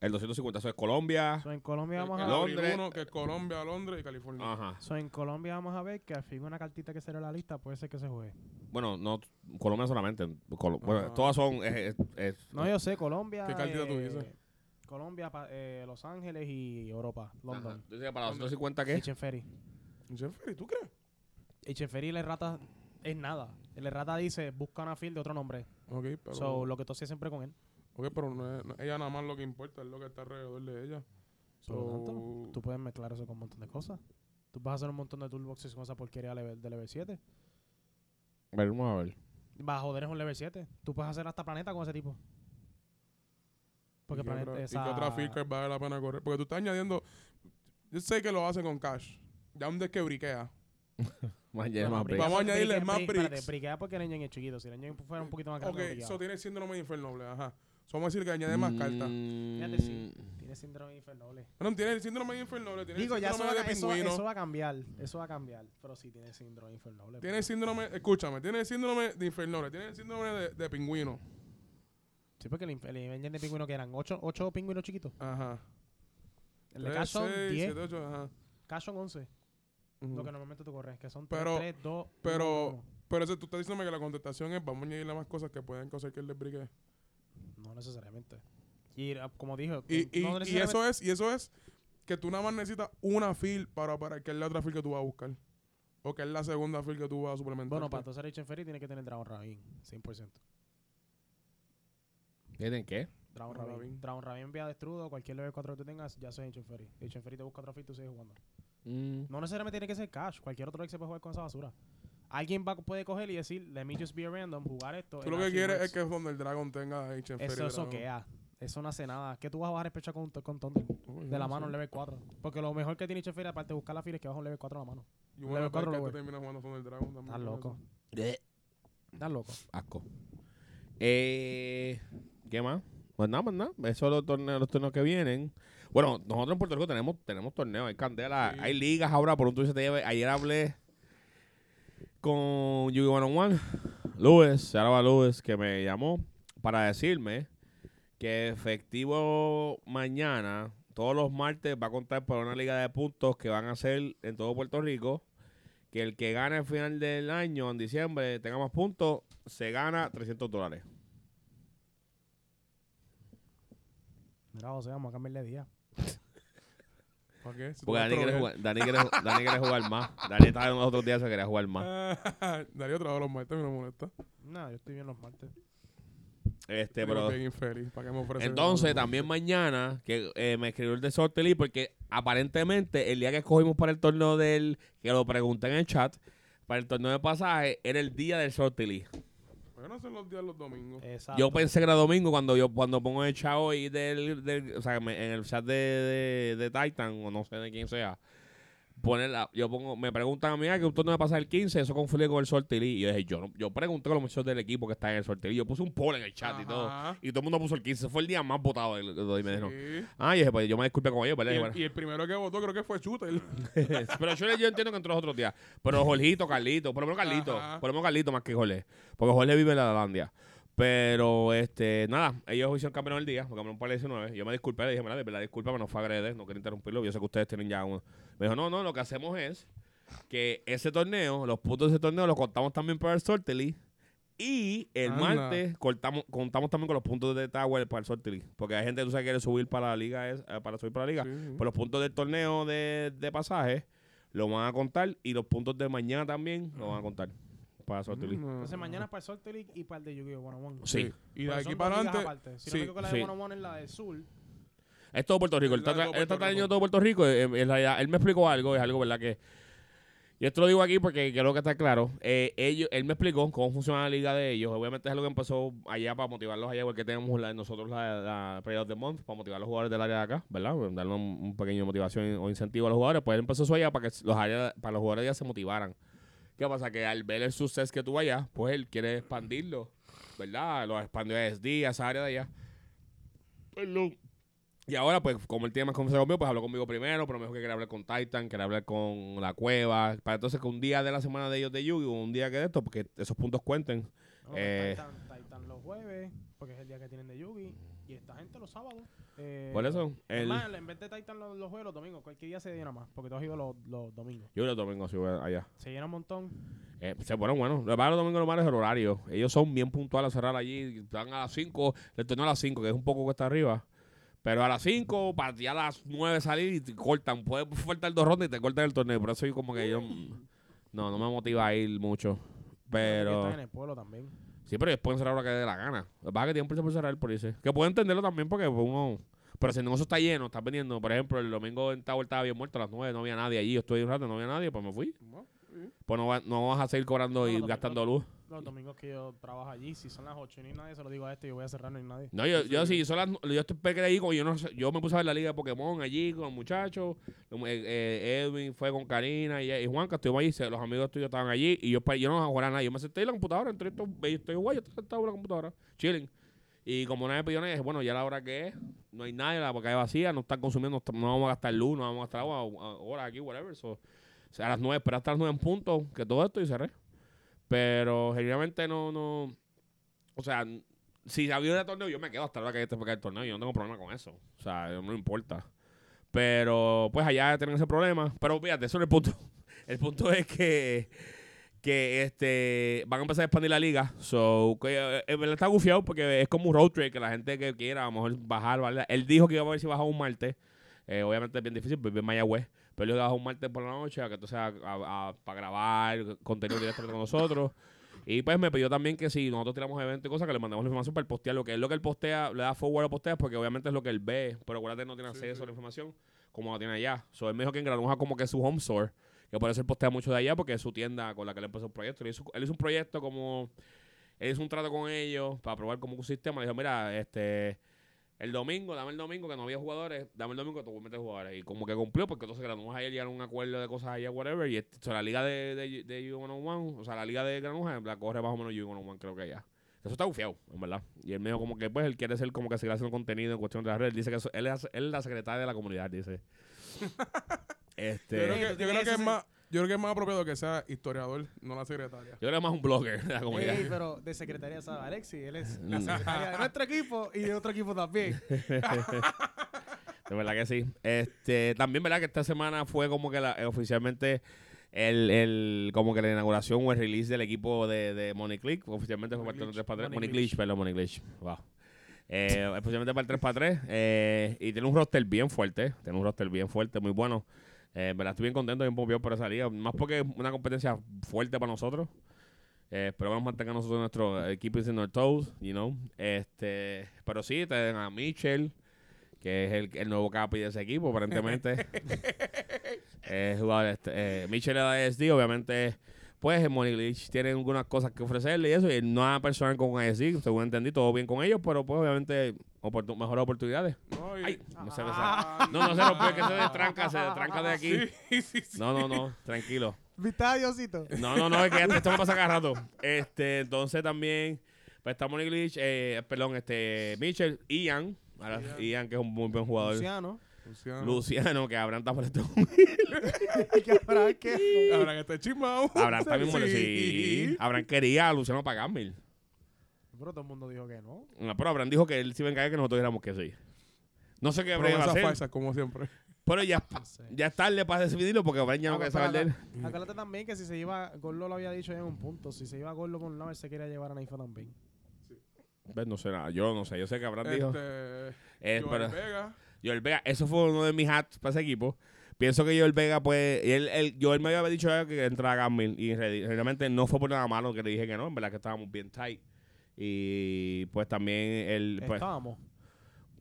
[SPEAKER 1] El 250 eso es Colombia.
[SPEAKER 2] [LAUGHS]
[SPEAKER 3] So, en Colombia vamos a
[SPEAKER 1] Londres. Ah.
[SPEAKER 2] Londres. Uno, que es Colombia, Londres y California.
[SPEAKER 1] Ajá.
[SPEAKER 3] So, en Colombia vamos a ver que al fin una cartita que será la lista puede ser que se juegue.
[SPEAKER 1] Bueno, no. Colombia solamente. Colo- bueno,
[SPEAKER 2] Ajá.
[SPEAKER 1] todas son. eh, eh, eh,
[SPEAKER 3] No, yo sé, Colombia.
[SPEAKER 2] ¿Qué cartita tú
[SPEAKER 3] eh,
[SPEAKER 2] dices?
[SPEAKER 3] Colombia, pa- eh, Los Ángeles y Europa,
[SPEAKER 1] ajá.
[SPEAKER 3] London.
[SPEAKER 1] Tú dices, ¿Para los 250 qué?
[SPEAKER 3] H. Ferry.
[SPEAKER 2] Jeffrey, ¿tú crees?
[SPEAKER 3] H. Ferry y la errata es nada. El errata dice, busca una field de otro nombre.
[SPEAKER 2] Ok, pero,
[SPEAKER 3] So, lo que tú hacías siempre con él.
[SPEAKER 2] ok, pero no es- no- ella nada más lo que importa es lo que está alrededor de ella.
[SPEAKER 3] Por lo tanto,
[SPEAKER 2] So,
[SPEAKER 3] Tú puedes mezclar eso con un montón de cosas. Tú vas a hacer un montón de toolboxes con esa porquería level- de level 7.
[SPEAKER 1] Bueno, Vamos a ver.
[SPEAKER 3] Vas a joder es un level 7. Tú puedes hacer hasta planeta con ese tipo. Porque
[SPEAKER 2] ¿y qué otra-
[SPEAKER 3] planeta
[SPEAKER 2] ¿Y qué otra
[SPEAKER 3] esa-
[SPEAKER 2] field card vale la pena correr? Porque tú estás añadiendo. Yo sé que lo hacen con cash. Ya un deck que briquea.
[SPEAKER 3] Ah,
[SPEAKER 1] Mañana
[SPEAKER 3] Bueno,
[SPEAKER 1] más
[SPEAKER 3] briquea
[SPEAKER 1] break.
[SPEAKER 2] Vamos a
[SPEAKER 3] porque-
[SPEAKER 2] añadirle
[SPEAKER 3] briquea-
[SPEAKER 2] más
[SPEAKER 3] bri- espérate,
[SPEAKER 2] bricks.
[SPEAKER 3] briquea porque el engine es chiquito. Si el engine fuera un poquito más grande,
[SPEAKER 2] Ok,
[SPEAKER 3] brickeaba.
[SPEAKER 2] eso tiene síndrome de infernoble, ajá. So, vamos a decir que añade
[SPEAKER 1] Mm.
[SPEAKER 2] más cartas.
[SPEAKER 1] Fíjate,
[SPEAKER 3] Fíjate, sí. Tiene síndrome de infernoble.
[SPEAKER 2] Bueno, tiene el síndrome de infernoble, tiene
[SPEAKER 3] Digo,
[SPEAKER 2] el
[SPEAKER 3] ya eso va,
[SPEAKER 2] síndrome de
[SPEAKER 3] eso,
[SPEAKER 2] pingüino.
[SPEAKER 3] eso va a cambiar. Eso va a cambiar. Pero sí tiene síndrome infernoble.
[SPEAKER 2] Tiene el síndrome, escúchame, tiene el síndrome de infernoble, tiene el síndrome de, de pingüino.
[SPEAKER 3] Sí, porque el, inf- el engine de pingüino que eran 8, pingüinos chiquitos.
[SPEAKER 2] Ajá.
[SPEAKER 3] El de Cash
[SPEAKER 2] Eh,
[SPEAKER 3] son 10,
[SPEAKER 2] 7, 8, ajá.
[SPEAKER 3] Cash son 11.
[SPEAKER 2] Ujú.
[SPEAKER 3] Lo que normalmente tú corres, que son
[SPEAKER 2] Pero-
[SPEAKER 3] 3, 2,
[SPEAKER 2] pero- Pero eso, tú estás diciéndome que la contestación es vamos a añadirle más cosas que pueden causar que él desbrique.
[SPEAKER 3] No necesariamente. Y ah, como dije,
[SPEAKER 2] Y, y,
[SPEAKER 3] no
[SPEAKER 2] y
[SPEAKER 3] necesariamente-
[SPEAKER 2] eso es, y eso es que tú nada más necesitas una fill para, para que es la otra fill que tú vas a buscar. O que es la segunda fill que tú vas a suplementar.
[SPEAKER 3] Bueno, para entonces Rich Ferry tiene que tener Dragon Rabin, 100%.
[SPEAKER 1] ¿Tienen qué?
[SPEAKER 3] Dragon
[SPEAKER 2] Dragon
[SPEAKER 3] Rabin.
[SPEAKER 2] Rabin.
[SPEAKER 3] Dragon Rabin vía destrudo, cualquier level 4 que tú tengas, ya soy Rich Ferry. Rich Ferry te busca otra field y tú sigues jugando.
[SPEAKER 1] Mm.
[SPEAKER 3] No necesariamente tiene que ser cash, cualquier otro deck se puede jugar con esa basura. Alguien va, puede coger y decir, let me just be a random, jugar esto.
[SPEAKER 2] Tú
[SPEAKER 3] el
[SPEAKER 2] lo que
[SPEAKER 3] Ashen
[SPEAKER 2] quieres
[SPEAKER 3] Works.
[SPEAKER 2] es que donde el dragón tenga H en
[SPEAKER 3] Eso
[SPEAKER 2] Fairy
[SPEAKER 3] es
[SPEAKER 2] Dragon.
[SPEAKER 3] soquea. Eso no hace nada. ¿Qué tú vas a bajar el pecho con, con Thunder?
[SPEAKER 2] Uy,
[SPEAKER 3] De la
[SPEAKER 2] no sé.
[SPEAKER 3] mano en level 4. Porque lo mejor que tiene Rich Ferry, aparte de buscar la fila, es que baja un level 4 a la mano.
[SPEAKER 2] Y un
[SPEAKER 3] level
[SPEAKER 2] level
[SPEAKER 3] cuatro
[SPEAKER 2] que
[SPEAKER 3] lo
[SPEAKER 2] tú
[SPEAKER 3] veo.
[SPEAKER 2] terminas jugando con el dragón también.
[SPEAKER 3] Estás loco. Estás loco.
[SPEAKER 1] Asco. Eh, ¿Qué más? Pues nada, pues nada. Esos son los torneos, los torneos que vienen. Bueno, nosotros en Puerto Rico tenemos, tenemos torneos. Hay candela,
[SPEAKER 2] Sí.
[SPEAKER 1] hay ligas ahora. Por un tuyo se te lleve. Ayer hablé con Yugi One on One. Luis, se llama Luis, que me llamó para decirme que efectivo mañana, todos los martes, va a contar para una liga de puntos que van a hacer en todo Puerto Rico. Que el que gane al final del año, en diciembre, tenga más puntos, se gana 300 dólares.
[SPEAKER 3] Mira, José, vamos a cambiarle de día.
[SPEAKER 2] ¿Para qué? Si tú
[SPEAKER 1] Porque
[SPEAKER 2] vas a
[SPEAKER 1] Dani quiere,
[SPEAKER 2] trolear.
[SPEAKER 1] jugar, Dani, quiere, Dani quiere jugar más. Dani estaba en los otros días, se quería jugar
[SPEAKER 2] Ah,
[SPEAKER 1] más.
[SPEAKER 2] [LAUGHS] Darío trabaja los martes, a mí no me molesta.
[SPEAKER 3] No, yo estoy bien los martes.
[SPEAKER 1] Este,
[SPEAKER 2] Digo,
[SPEAKER 1] pero...
[SPEAKER 2] bien infeliz, ¿para qué me ofrecen
[SPEAKER 1] Entonces,
[SPEAKER 2] eso?
[SPEAKER 1] también mañana, que eh, me escribió el de Sortelí, porque aparentemente el día que escogimos para el torneo del, que lo pregunté en el chat, para el torneo de pasaje, era el día del Sortelí.
[SPEAKER 2] ¿Por qué no son los días los domingos?
[SPEAKER 3] Exacto.
[SPEAKER 1] Yo pensé que era domingo cuando yo cuando pongo el chat hoy del, del- o sea, me- en el chat de, de, de Titan, o no sé de quién sea, poner la- yo pongo, me preguntan a mí, ah, que un torneo de pasaje el 15, eso confluye con el Sortelí. Y yo dije, yo, no- yo pregunté con los muchachos del equipo que están en el Sortelí, yo puse un poll en el chat y todo.
[SPEAKER 2] Ajá.
[SPEAKER 1] Y todo el mundo puso el 15, fue el día más votado. del- del- Y me dijeron,
[SPEAKER 2] Sí.
[SPEAKER 1] Ah, yo, dije, pues, yo me disculpe con ellos,
[SPEAKER 2] Y
[SPEAKER 1] ¿verdad? Y
[SPEAKER 2] el, y el primero que votó creo que
[SPEAKER 1] [LAUGHS]
[SPEAKER 2] fue Shooter.
[SPEAKER 1] bueno, pero yo, yo entiendo que entre los otros días. Pero Jorgito, Carlito, por lo menos Carlito,
[SPEAKER 2] Ajá.
[SPEAKER 1] por lo menos Carlito más que Jorge. Porque Jorge vive en la Holandia. Pero, este, nada, ellos hicieron campeón el día, porque campeón para el 19. Yo me disculpé, le dije, mira, de verdad, disculpa, pero no fue agreder, no quería interrumpirlo. Yo sé que ustedes tienen ya uno. Me dijo, no, no, lo que hacemos es que ese torneo, los puntos de ese torneo, los contamos también para el Sortely. Y el
[SPEAKER 2] Anda.
[SPEAKER 1] martes cortamos, contamos también con los puntos de Tower para el Sortely. Porque hay gente que tú sabes que quiere subir para la liga, es- eh, para subir para la liga. Por los puntos del torneo de, de pasaje lo van a contar y los puntos de mañana también lo van a contar para sortear.
[SPEAKER 3] Entonces, mañana es para el Sorte League y para el de Yu-Gi-Oh! 101.
[SPEAKER 1] Sí.
[SPEAKER 2] Mm, Y de
[SPEAKER 3] Pero
[SPEAKER 2] aquí
[SPEAKER 3] son
[SPEAKER 2] para
[SPEAKER 3] dos ligas
[SPEAKER 2] adelante.
[SPEAKER 3] aparte.
[SPEAKER 2] sí,
[SPEAKER 3] Si no me equivoco, la
[SPEAKER 1] sí.
[SPEAKER 3] de 101 es la del sur.
[SPEAKER 1] Es todo Puerto Rico. Él está,
[SPEAKER 2] Es todo
[SPEAKER 1] tra- él está
[SPEAKER 2] Puerto
[SPEAKER 1] trayendo
[SPEAKER 2] Rico.
[SPEAKER 1] todo Puerto Rico. Eh, en realidad, él me explicó algo, es algo, ¿verdad? Que. Y esto lo digo aquí porque creo que está claro. Eh, ellos, él me explicó cómo funciona la liga de ellos. Obviamente es algo que empezó allá para motivarlos allá, porque tenemos la, nosotros la, la Playoff de Month para motivar a los jugadores del área de acá, ¿verdad? Darle un, un pequeño motivación o incentivo a los jugadores. Pues él empezó eso allá para que los, área- para los jugadores de allá se motivaran. ¿Qué pasa? Que al ver el suceso que tuvo allá, pues él quiere expandirlo, ¿verdad? Lo expandió a SD, a esa área de allá. Perdón. Y ahora, pues, como él tiene más confianza conmigo, pues habló conmigo primero, pero me dijo que quería hablar con Titan, quería hablar con La Cueva, para entonces que un día de la semana de ellos de Yugi, un día que de esto, porque esos puntos cuenten.
[SPEAKER 3] No, porque
[SPEAKER 1] Eh.
[SPEAKER 3] Titan, Titan los jueves, porque es el día que tienen de Yugi. Y esta gente los sábados. Eh,
[SPEAKER 1] Por eso,
[SPEAKER 3] es
[SPEAKER 1] él,
[SPEAKER 3] más, en vez de Titan los, los jueves, los domingos. Cualquier día se llena más, porque todos iban los, los domingos.
[SPEAKER 1] yo los domingos sí voy allá.
[SPEAKER 3] Se llena un montón.
[SPEAKER 1] Eh, se fueron buenos. Lo que pasa los domingos lo malo es el horario. Ellos son bien puntuales a cerrar allí. Están a las 5, el torneo a las 5, que es un poco cuesta arriba. Pero a las 5, para ya a las 9 salir y te cortan. Puede faltar dos rondas y te cortan el torneo. Por eso yo como que yo... mm, No, no me motiva a ir mucho.
[SPEAKER 3] Que
[SPEAKER 1] Pero...
[SPEAKER 3] están en el pueblo también.
[SPEAKER 1] Sí, pero ellos pueden cerrar ahora que les dé la gana. Lo que pasa es que tienen prisa por cerrar, por irse. Que puedo entenderlo también porque pues, uno... Pero si el negocio está lleno, está vendiendo. Por ejemplo, el domingo en Tower estaba bien muerto a las 9, no había nadie allí. Yo estuve un rato, no había nadie, pues me fui.
[SPEAKER 2] Bueno, sí.
[SPEAKER 1] Pues no, va- no vas a seguir cobrando
[SPEAKER 3] No,
[SPEAKER 1] y
[SPEAKER 3] no,
[SPEAKER 1] gastando
[SPEAKER 3] no.
[SPEAKER 1] luz.
[SPEAKER 3] Los domingos que yo trabajo allí, si son las 8 y no hay nadie, se lo digo a este, yo voy a cerrar, no hay nadie.
[SPEAKER 1] No, yo,
[SPEAKER 2] Sí,
[SPEAKER 1] yo
[SPEAKER 2] sí.
[SPEAKER 1] sí, son las, yo estoy pequeño ahí, como yo, no, sé- yo me puse a ver la liga de Pokémon allí con los muchachos. Los mu- eh, eh, Edwin fue con Karina y, y Juanca, estuvimos allí, se- los amigos tuyos estaban allí y yo, pa- yo no jugaba nada. Yo me senté en la computadora, entre estos, y estoy guay, yo estoy sentado en la computadora, chilling. Y como nadie pidió nada, dije, bueno, ya la hora que es, no hay nadie, la boca es vacía, no están consumiendo, no está- no vamos a gastar luz, no vamos a gastar agua, a- horas aquí, whatever. So, o sea, a las nueve, esperar hasta las nueve en punto, que todo esto y cerré. Pero generalmente no, no, o sea, si había un torneo, yo me quedo hasta la hora que esté para el torneo. Yo no tengo problema con eso. O sea, no me importa. Pero, pues allá tienen ese problema. Pero fíjate, eso no es el punto. [LAUGHS] El punto es que, que este, van a empezar a expandir la liga. So, que, eh, en verdad está gufiado porque es como un road trip que la gente que quiera, a lo mejor bajar, ¿vale? Él dijo que iba a ver si bajaba un martes. Eh, obviamente es bien difícil, porque vive en Mayagüez. Pero él dijo que bajaba un martes por la noche, a que entonces a- a- a- para grabar contenido directamente con nosotros. Y pues me pidió también que si nosotros tiramos eventos y cosas, que le mandamos la información para el postear. Lo que es lo que él postea, le da forward a postea, porque obviamente es lo que él ve. Pero acuérdate, no tiene
[SPEAKER 2] Sí,
[SPEAKER 1] acceso
[SPEAKER 2] sí.
[SPEAKER 1] a la información como la tiene allá. So, él me dijo que en Granuja como que es su home store. Que por eso él postea mucho de allá, porque es su tienda con la que él empezó el proyecto. Él hizo, él hizo un proyecto como... Él hizo un trato con ellos para probar como un sistema. Le dijo, mira, este... El domingo, dame el domingo que no había jugadores, dame el domingo que te voy a meter jugadores. Y como que cumplió, porque entonces Granuja ayer llegaron a un acuerdo de cosas allá, whatever. Y este- o sea, la liga de, de, de U101, o sea, la liga de Granuja la corre más o menos U101, creo que allá. Eso está bufiado, en verdad. Y él me dijo como que pues él quiere ser como que seguir haciendo contenido en cuestión de las redes. Dice que eso- él, es, él es la secretaria de la comunidad, dice.
[SPEAKER 2] Yo creo
[SPEAKER 1] este.
[SPEAKER 2] que, yo creo que es más. Yo Yo creo que es más apropiado que sea historiador, no la secretaria.
[SPEAKER 1] Yo era más un blogger [LAUGHS] de la comunidad.
[SPEAKER 3] Ey, pero de secretaría sabe Alexi, él es
[SPEAKER 1] [LAUGHS]
[SPEAKER 3] la secretaria de nuestro equipo y de otro equipo también.
[SPEAKER 1] De verdad que sí. Este, también, ¿verdad? Que esta semana fue como que la, eh, oficialmente el, el, como que la inauguración o el release del equipo de, de Money Click. Oficialmente fue
[SPEAKER 2] Money
[SPEAKER 1] para el
[SPEAKER 2] Glitch.
[SPEAKER 1] 3x3.
[SPEAKER 3] Money
[SPEAKER 1] Money
[SPEAKER 3] Glitch.
[SPEAKER 1] Glitch, perdón, Money Glitch. Wow. Eh, especialmente para el 3x3. eh, y tiene un roster bien fuerte. Tiene un roster bien fuerte, muy bueno. Eh, ¿verdad? Estoy bien contento, bien pompeado por esa liga. Más porque es una competencia fuerte para nosotros. Eh, espero que nos mantenga nosotros nuestro equipo en our toes, you know. Este, pero sí, tienen a Mitchell, que es el, el nuevo capi de ese equipo,
[SPEAKER 2] [LAUGHS]
[SPEAKER 1] aparentemente. Eh, jugador, este, eh, Mitchell ASD, obviamente, pues el Money Glitch tiene algunas cosas que ofrecerle y eso, y no hay persona con ASD, según entendí, todo bien con ellos, pero pues obviamente oportu- mejores oportunidades.
[SPEAKER 2] No, y-
[SPEAKER 1] Ay, no se me sale.
[SPEAKER 2] Ah,
[SPEAKER 1] No, no se rompió, que se destranca, se destranca de aquí.
[SPEAKER 2] Sí, sí, sí.
[SPEAKER 1] No, no, no, tranquilo.
[SPEAKER 3] ¿Viste a
[SPEAKER 1] [LAUGHS]
[SPEAKER 3] Diosito?
[SPEAKER 1] No, no, no, es que ya te- esto me pasa cada rato. Este, entonces también, pues está Money Glitch, eh, perdón, este, Mitchell, Ian, ahora,
[SPEAKER 2] Ian.
[SPEAKER 1] Ian, que es un muy buen jugador. Luciano,
[SPEAKER 3] Luciano.
[SPEAKER 2] Luciano.
[SPEAKER 1] que Abraham está molesto.
[SPEAKER 3] que habrá que...
[SPEAKER 2] Ahora que está chismado. [LAUGHS]
[SPEAKER 1] Abraham también molesto. Sí. Abraham quería a Luciano para Gamble.
[SPEAKER 3] Pero todo el mundo dijo que no.
[SPEAKER 1] No, pero Abraham dijo que él sí iba a encargar que nosotros dijéramos que sí. No sé qué Abraham iba a
[SPEAKER 2] Promesas
[SPEAKER 1] hacer,
[SPEAKER 2] falsas, como siempre.
[SPEAKER 1] pero ya,
[SPEAKER 3] No sé.
[SPEAKER 1] ya es tarde para decidirlo porque Abraham ya no
[SPEAKER 3] Ah,
[SPEAKER 1] quiere
[SPEAKER 3] pero
[SPEAKER 1] saber de él.
[SPEAKER 3] acu- Acuérdate también que si se iba, Gorlo lo había dicho ya en un punto, si se iba Gorlo por un lado, él se quería llevar a Naifa también.
[SPEAKER 1] Pues no sé nada, yo no sé, yo sé que Abraham dijo.
[SPEAKER 2] Este,
[SPEAKER 1] Eh,
[SPEAKER 2] Joel
[SPEAKER 1] pero-
[SPEAKER 2] Vega.
[SPEAKER 1] Joel Vega, eso fue uno de mis hats para ese equipo. Pienso que Joel Vega, pues, él, él- Joel me había dicho ya que entraba a Gamil y re- realmente no fue por nada malo que le dije que no, en verdad que estábamos bien tight. Y pues también él, pues,
[SPEAKER 3] Estábamos.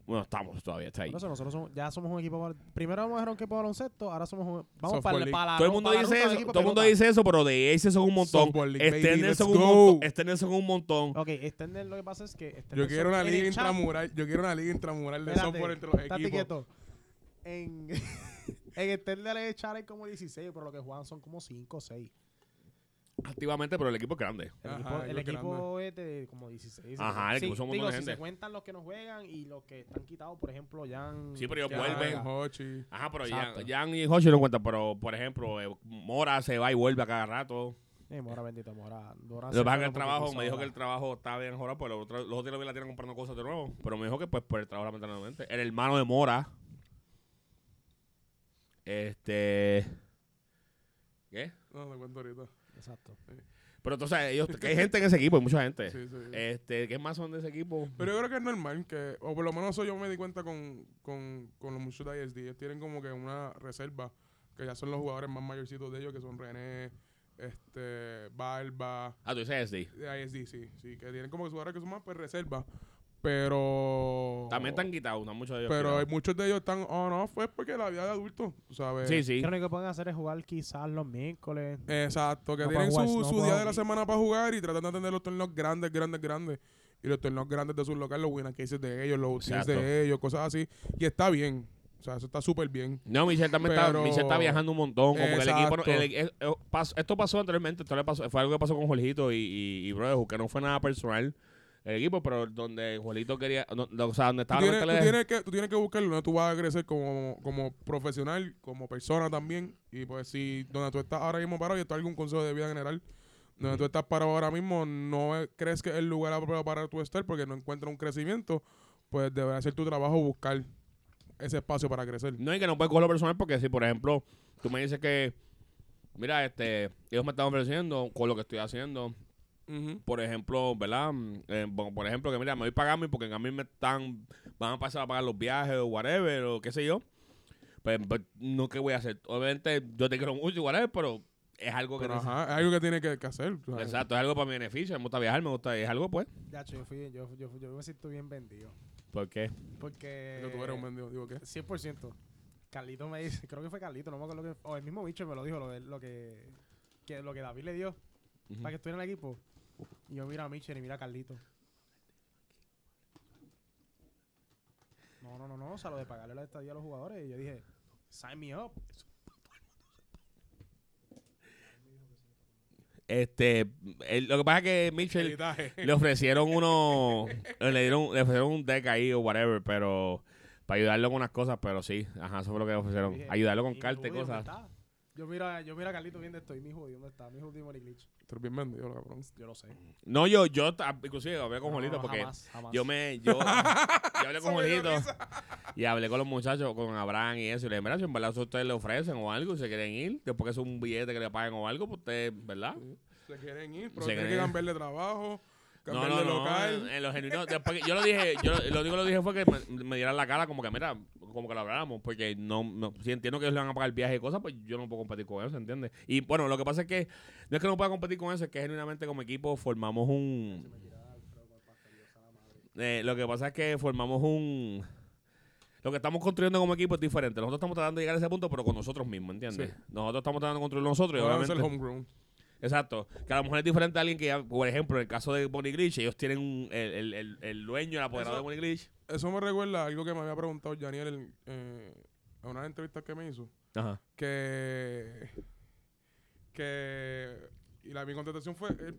[SPEAKER 1] bueno, estamos todavía tight.
[SPEAKER 3] Por eso nosotros somos- ya somos un equipo. para- Primero éramos un equipo de baloncesto, ahora somos un. Vamos
[SPEAKER 2] Softball
[SPEAKER 3] para, el-
[SPEAKER 2] league.
[SPEAKER 3] para la.
[SPEAKER 1] Todo el mundo
[SPEAKER 3] Ah, para la
[SPEAKER 1] dice
[SPEAKER 3] ruta del
[SPEAKER 1] eso,
[SPEAKER 3] equipo
[SPEAKER 1] todo el mundo
[SPEAKER 3] pelota.
[SPEAKER 1] dice eso, pero de Ace son un montón.
[SPEAKER 2] Softball league, baby,
[SPEAKER 1] Extender son un
[SPEAKER 2] let's go.
[SPEAKER 1] montón. Extender son un montón.
[SPEAKER 3] Ok, extender lo que pasa es que.
[SPEAKER 2] Yo
[SPEAKER 3] extender
[SPEAKER 2] quiero
[SPEAKER 3] son-
[SPEAKER 2] una
[SPEAKER 3] en
[SPEAKER 2] liga
[SPEAKER 3] el chat-
[SPEAKER 2] intramural. Yo quiero una liga intramural de
[SPEAKER 3] espérate,
[SPEAKER 2] software entre los
[SPEAKER 3] estate
[SPEAKER 2] equipos.
[SPEAKER 3] quieto. En, [LAUGHS] en extender el chat hay como 16, pero lo que juegan son como 5 o 6.
[SPEAKER 1] Activamente, pero el equipo es grande.
[SPEAKER 3] El
[SPEAKER 2] Ajá,
[SPEAKER 3] equipo,
[SPEAKER 2] yo
[SPEAKER 3] el
[SPEAKER 2] creo que
[SPEAKER 3] equipo es de como 16.
[SPEAKER 1] Ajá, el
[SPEAKER 3] Sí,
[SPEAKER 1] equipo son un
[SPEAKER 3] digo,
[SPEAKER 1] montón de
[SPEAKER 3] si se
[SPEAKER 1] gente.
[SPEAKER 3] cuentan los que nos juegan y los que están quitados, por ejemplo, Jan.
[SPEAKER 1] Sí, pero ellos
[SPEAKER 2] Ya,
[SPEAKER 1] vuelven.
[SPEAKER 2] Hochi.
[SPEAKER 1] Ajá, pero
[SPEAKER 3] Exacto.
[SPEAKER 1] Jan, Jan y Hoshi no cuentan, pero por ejemplo, eh, Mora se va y vuelve a cada rato.
[SPEAKER 3] Eh, Mora, bendito, Mora. Mora
[SPEAKER 1] Lo
[SPEAKER 3] se
[SPEAKER 1] que pasa
[SPEAKER 3] fue
[SPEAKER 1] que el
[SPEAKER 3] porque
[SPEAKER 1] trabajo,
[SPEAKER 3] quiso
[SPEAKER 1] me dijo que
[SPEAKER 3] hablar.
[SPEAKER 1] el trabajo estaba bien mejorado, pero los otros los otros días lo vi en la tienda comprando cosas de nuevo. Pero me dijo que pues por el trabajo lamentablemente. El hermano de Mora. Este. ¿Qué?
[SPEAKER 2] No, te cuento ahorita.
[SPEAKER 3] Exacto.
[SPEAKER 1] Pero entonces ellos, que hay gente en ese equipo, hay mucha gente.
[SPEAKER 2] Sí, sí.
[SPEAKER 1] Este, ¿qué más son de ese equipo?
[SPEAKER 2] Pero yo creo que es normal que, o por lo menos eso yo me di cuenta con, con, con los muchachos de ISD. Ellos tienen como que una reserva, que ya son los jugadores más mayorcitos de ellos, que son René, este, Barba,
[SPEAKER 1] Ah, tú dices SD.
[SPEAKER 2] de ISD, sí, sí, que tienen como que jugadores que son más pues reserva. Pero.
[SPEAKER 1] También están quitados, no muchos de ellos.
[SPEAKER 2] Pero hay
[SPEAKER 1] quitados.
[SPEAKER 2] muchos de ellos están on off, pues porque la vida de adulto, tú ¿sabes?
[SPEAKER 1] Sí, sí.
[SPEAKER 3] Creo que lo que pueden hacer es jugar quizás los miércoles.
[SPEAKER 2] Exacto, que
[SPEAKER 3] No
[SPEAKER 2] tienen
[SPEAKER 3] puedo jugar,
[SPEAKER 2] su,
[SPEAKER 3] no
[SPEAKER 2] su
[SPEAKER 3] puedo
[SPEAKER 2] día de la
[SPEAKER 3] jugar.
[SPEAKER 2] semana para jugar y tratan de atender los torneos grandes, grandes, grandes. Y los torneos grandes de sus locales, los winner cases de ellos, los UTs
[SPEAKER 1] Exacto.
[SPEAKER 2] de ellos, cosas así. Y está bien. O sea, eso está súper bien.
[SPEAKER 1] No, Michelle también está,
[SPEAKER 2] Pero-
[SPEAKER 1] Michelle está viajando un montón. Como que el equipo. no-
[SPEAKER 2] Exacto.
[SPEAKER 1] el- el- el- pasó- esto pasó anteriormente. Esto le pasó- fue algo que pasó con Jorgito y, y, y Brotherhood, que no fue nada personal el equipo, pero donde Jorgito quería. no- no, o sea, donde
[SPEAKER 2] Tú
[SPEAKER 1] estaba
[SPEAKER 2] tienes,
[SPEAKER 1] la
[SPEAKER 2] tú,
[SPEAKER 1] mente le-
[SPEAKER 2] tienes que, tú tienes que buscarlo, ¿no? Tú vas a crecer como, como profesional, como persona también. Y pues si donde tú estás ahora mismo parado, y esto es algún consejo de vida general, donde tú estás parado ahora mismo, no es- crees que es el lugar apropiado para tú estar porque no encuentras un crecimiento, pues deberá ser tu trabajo buscar ese espacio para crecer.
[SPEAKER 1] No, y que no puedes cogerlo personal porque si, por ejemplo, tú me dices que. Mira, este, ellos me están ofreciendo con lo que estoy haciendo.
[SPEAKER 2] Ujú.
[SPEAKER 1] Por ejemplo, ¿verdad? Mm, eh, bueno, por ejemplo, que mira, me voy para Gamil porque en Gamil me están. Van a pasar a pagar los viajes o whatever o qué sé yo. Pues, pues, no, ¿qué voy a hacer? Obviamente, yo te quiero mucho y whatever, pero es algo que.
[SPEAKER 2] Pero
[SPEAKER 1] neces-
[SPEAKER 2] ajá, es algo que tiene que, que hacer. o sea,
[SPEAKER 1] Exacto, es algo para mi beneficio. Me gusta viajar, me gusta. Es algo, pues.
[SPEAKER 3] Ya, yo, fui, yo, yo, yo me siento bien vendido.
[SPEAKER 1] Porque.
[SPEAKER 3] Porque.
[SPEAKER 2] que tú eres un vendido, digo que.
[SPEAKER 3] 100%. Carlito me dice, creo que fue Carlito, no me acuerdo lo que. O el mismo bicho me lo dijo, lo, de- lo que, que. Lo que David le dio para que estuviera en el equipo. Y yo miro a Mitchell y mira a Carlito. No, no, no, no. O sea, lo de pagarle la estadía a los jugadores. Y yo dije, sign me up.
[SPEAKER 1] Este. él- lo que pasa es que Mitchell
[SPEAKER 2] Editaje.
[SPEAKER 1] le ofrecieron uno. eh, le, dieron, le ofrecieron un deck ahí o whatever, pero. Para ayudarlo con unas cosas, pero sí. Ajá, eso fue lo que le ofrecieron.
[SPEAKER 3] Dije,
[SPEAKER 1] Ayudarlo
[SPEAKER 3] Y
[SPEAKER 1] con
[SPEAKER 3] me
[SPEAKER 1] cartas y
[SPEAKER 3] tuvo, ¿dónde
[SPEAKER 1] cosas.
[SPEAKER 3] está? Yo mira, yo mira a Carlito viendo esto y mi hijo, ¿dónde está? Mi hijo Demon Glitch.
[SPEAKER 2] Tú eres bien vendido, cabrón.
[SPEAKER 3] Yo lo sé.
[SPEAKER 1] No, yo, yo, ta- inclusive hablé con
[SPEAKER 3] No,
[SPEAKER 1] Jolito porque
[SPEAKER 3] jamás, jamás.
[SPEAKER 1] yo me,
[SPEAKER 2] [LAUGHS]
[SPEAKER 1] yo, yo hablé con
[SPEAKER 2] Se me dio
[SPEAKER 1] Jolito y hablé con los muchachos, con Abraham y eso, y le dije, mira, si en verdad ustedes le ofrecen o algo y se quieren ir, después que es un billete que le paguen o algo, pues ustedes, ¿verdad?
[SPEAKER 2] Se quieren ir, pero
[SPEAKER 1] Se
[SPEAKER 2] tienen que
[SPEAKER 1] quieren ir.
[SPEAKER 2] cambiar de trabajo,
[SPEAKER 1] No,
[SPEAKER 2] cambiar
[SPEAKER 1] no,
[SPEAKER 2] de
[SPEAKER 1] no,
[SPEAKER 2] local.
[SPEAKER 1] en, en los genuinos, después que- yo lo dije, yo lo único que lo dije fue que me, me dieran la cara como que, mira, como que lo habláramos, porque no, no- si entiendo que ellos le van a pagar viaje y cosas, pues yo no puedo competir con ellos, ¿entiendes? Y bueno, lo que pasa es que, no es que no pueda competir con eso, es que genuinamente como equipo formamos un... Eh, lo que pasa es que formamos un... Lo que estamos construyendo como equipo es diferente. Nosotros estamos tratando de llegar a ese punto, pero con nosotros mismos, ¿entiendes?
[SPEAKER 2] Sí.
[SPEAKER 1] Nosotros estamos tratando de construir nosotros y
[SPEAKER 2] Ahora es
[SPEAKER 1] obviamente...
[SPEAKER 2] el homegrown.
[SPEAKER 1] Exacto. Que a lo mejor es diferente a alguien que ya, por ejemplo, en el caso de Bonnie Glitch, ellos tienen un- el, el- el- el dueño, el apoderado
[SPEAKER 2] Eso-
[SPEAKER 1] de Bonnie Glitch.
[SPEAKER 2] Eso me recuerda a algo que me había preguntado Janiel en eh, en una entrevista que me hizo.
[SPEAKER 1] Ajá.
[SPEAKER 2] que que y la mi contestación fue eh,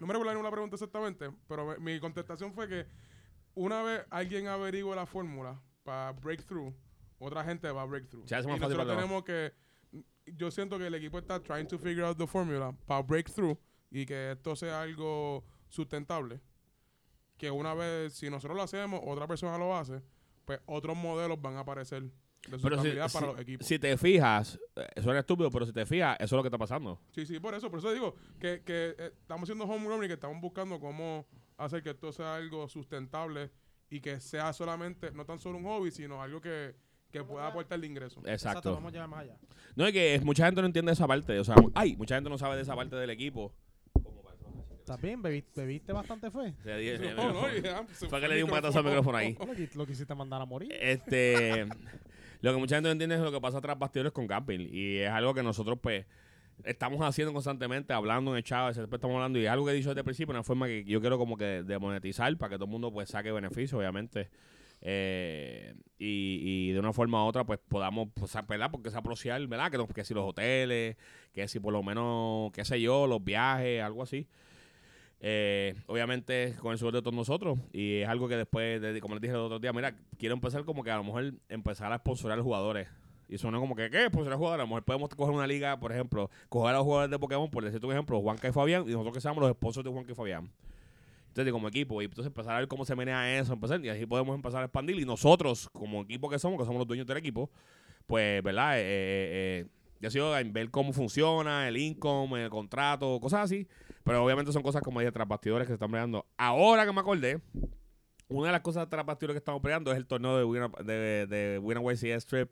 [SPEAKER 2] no me recuerdo una pregunta exactamente pero me- mi contestación fue que una vez alguien averigua la fórmula para breakthrough otra gente va a breakthrough
[SPEAKER 1] Se hace
[SPEAKER 2] y
[SPEAKER 1] más fácil
[SPEAKER 2] nosotros
[SPEAKER 1] para
[SPEAKER 2] tenemos que yo siento que el equipo está trying to figure out the formula para breakthrough y que esto sea algo sustentable que una vez si nosotros lo hacemos otra persona lo hace pues otros modelos van a aparecer de
[SPEAKER 1] Pero si,
[SPEAKER 2] sustentabilidad para
[SPEAKER 1] si-
[SPEAKER 2] los equipos
[SPEAKER 1] si te fijas, eh, suena estúpido, pero si te fijas, eso es lo que está pasando.
[SPEAKER 2] Sí, sí, por eso, por eso digo que, que eh, estamos haciendo homegrown y que estamos buscando cómo hacer que esto sea algo sustentable y que sea solamente, no tan solo un hobby, sino algo que, que pueda aportar el ingreso.
[SPEAKER 1] Exacto.
[SPEAKER 3] Vamos a llevar más allá.
[SPEAKER 1] No, es que mucha gente no entiende esa parte. O sea, ay, mucha gente no sabe de esa parte del equipo.
[SPEAKER 3] ¿Estás bien? ¿Bebiste, bebiste bastante fue?
[SPEAKER 1] O sea, di-
[SPEAKER 2] No,
[SPEAKER 1] eh,
[SPEAKER 2] [LAUGHS]
[SPEAKER 1] [LAUGHS]
[SPEAKER 2] no,
[SPEAKER 1] micrófono.
[SPEAKER 2] y, ah, se
[SPEAKER 1] Fue que
[SPEAKER 2] el
[SPEAKER 1] le di un patazo al micrófono ahí.
[SPEAKER 3] Lo, qui- lo quisiste mandar a morir.
[SPEAKER 1] Este, [LAUGHS] lo que mucha gente no entiende es lo que pasa tras bastidores con Campbell. Y es algo que nosotros, pues, estamos haciendo constantemente, hablando en el chat, siempre estamos hablando. Y es algo que he dicho desde el principio, una forma que yo quiero como que de monetizar para que todo el mundo, pues, saque beneficio, obviamente. Eh, y, y de una forma u otra, pues, podamos, pues, sa- ¿verdad? Porque se apreciar, ¿verdad? Que, no- que si los hoteles, que si por lo menos, qué sé yo, los viajes, algo así. Eh, obviamente con el sueldo de todos nosotros y es algo que después, de- como les dije el otro día, mira, quiero empezar como que a lo mejor empezar a sponsorar jugadores. Y suena como que, ¿qué? Sponsorar jugadores. A lo mejor podemos coger una liga, por ejemplo, coger a los jugadores de Pokémon, por decirte un ejemplo, Juanca y Fabián, y nosotros que seamos los sponsors de Juanca y Fabián. Entonces, como equipo, y entonces empezar a ver cómo se menea eso, empezar, y así podemos empezar a expandir. Y nosotros, como equipo que somos, que somos los dueños del equipo, pues, ¿verdad? Eh, eh, eh, ya ha sido en ver cómo funciona, el income, el contrato, cosas así. Pero obviamente son cosas, como dije, tras bastidores que se están peleando. Ahora que me acordé, una de las cosas tras bastidores que estamos peleando es el torneo de Win de, de Win YCS Trip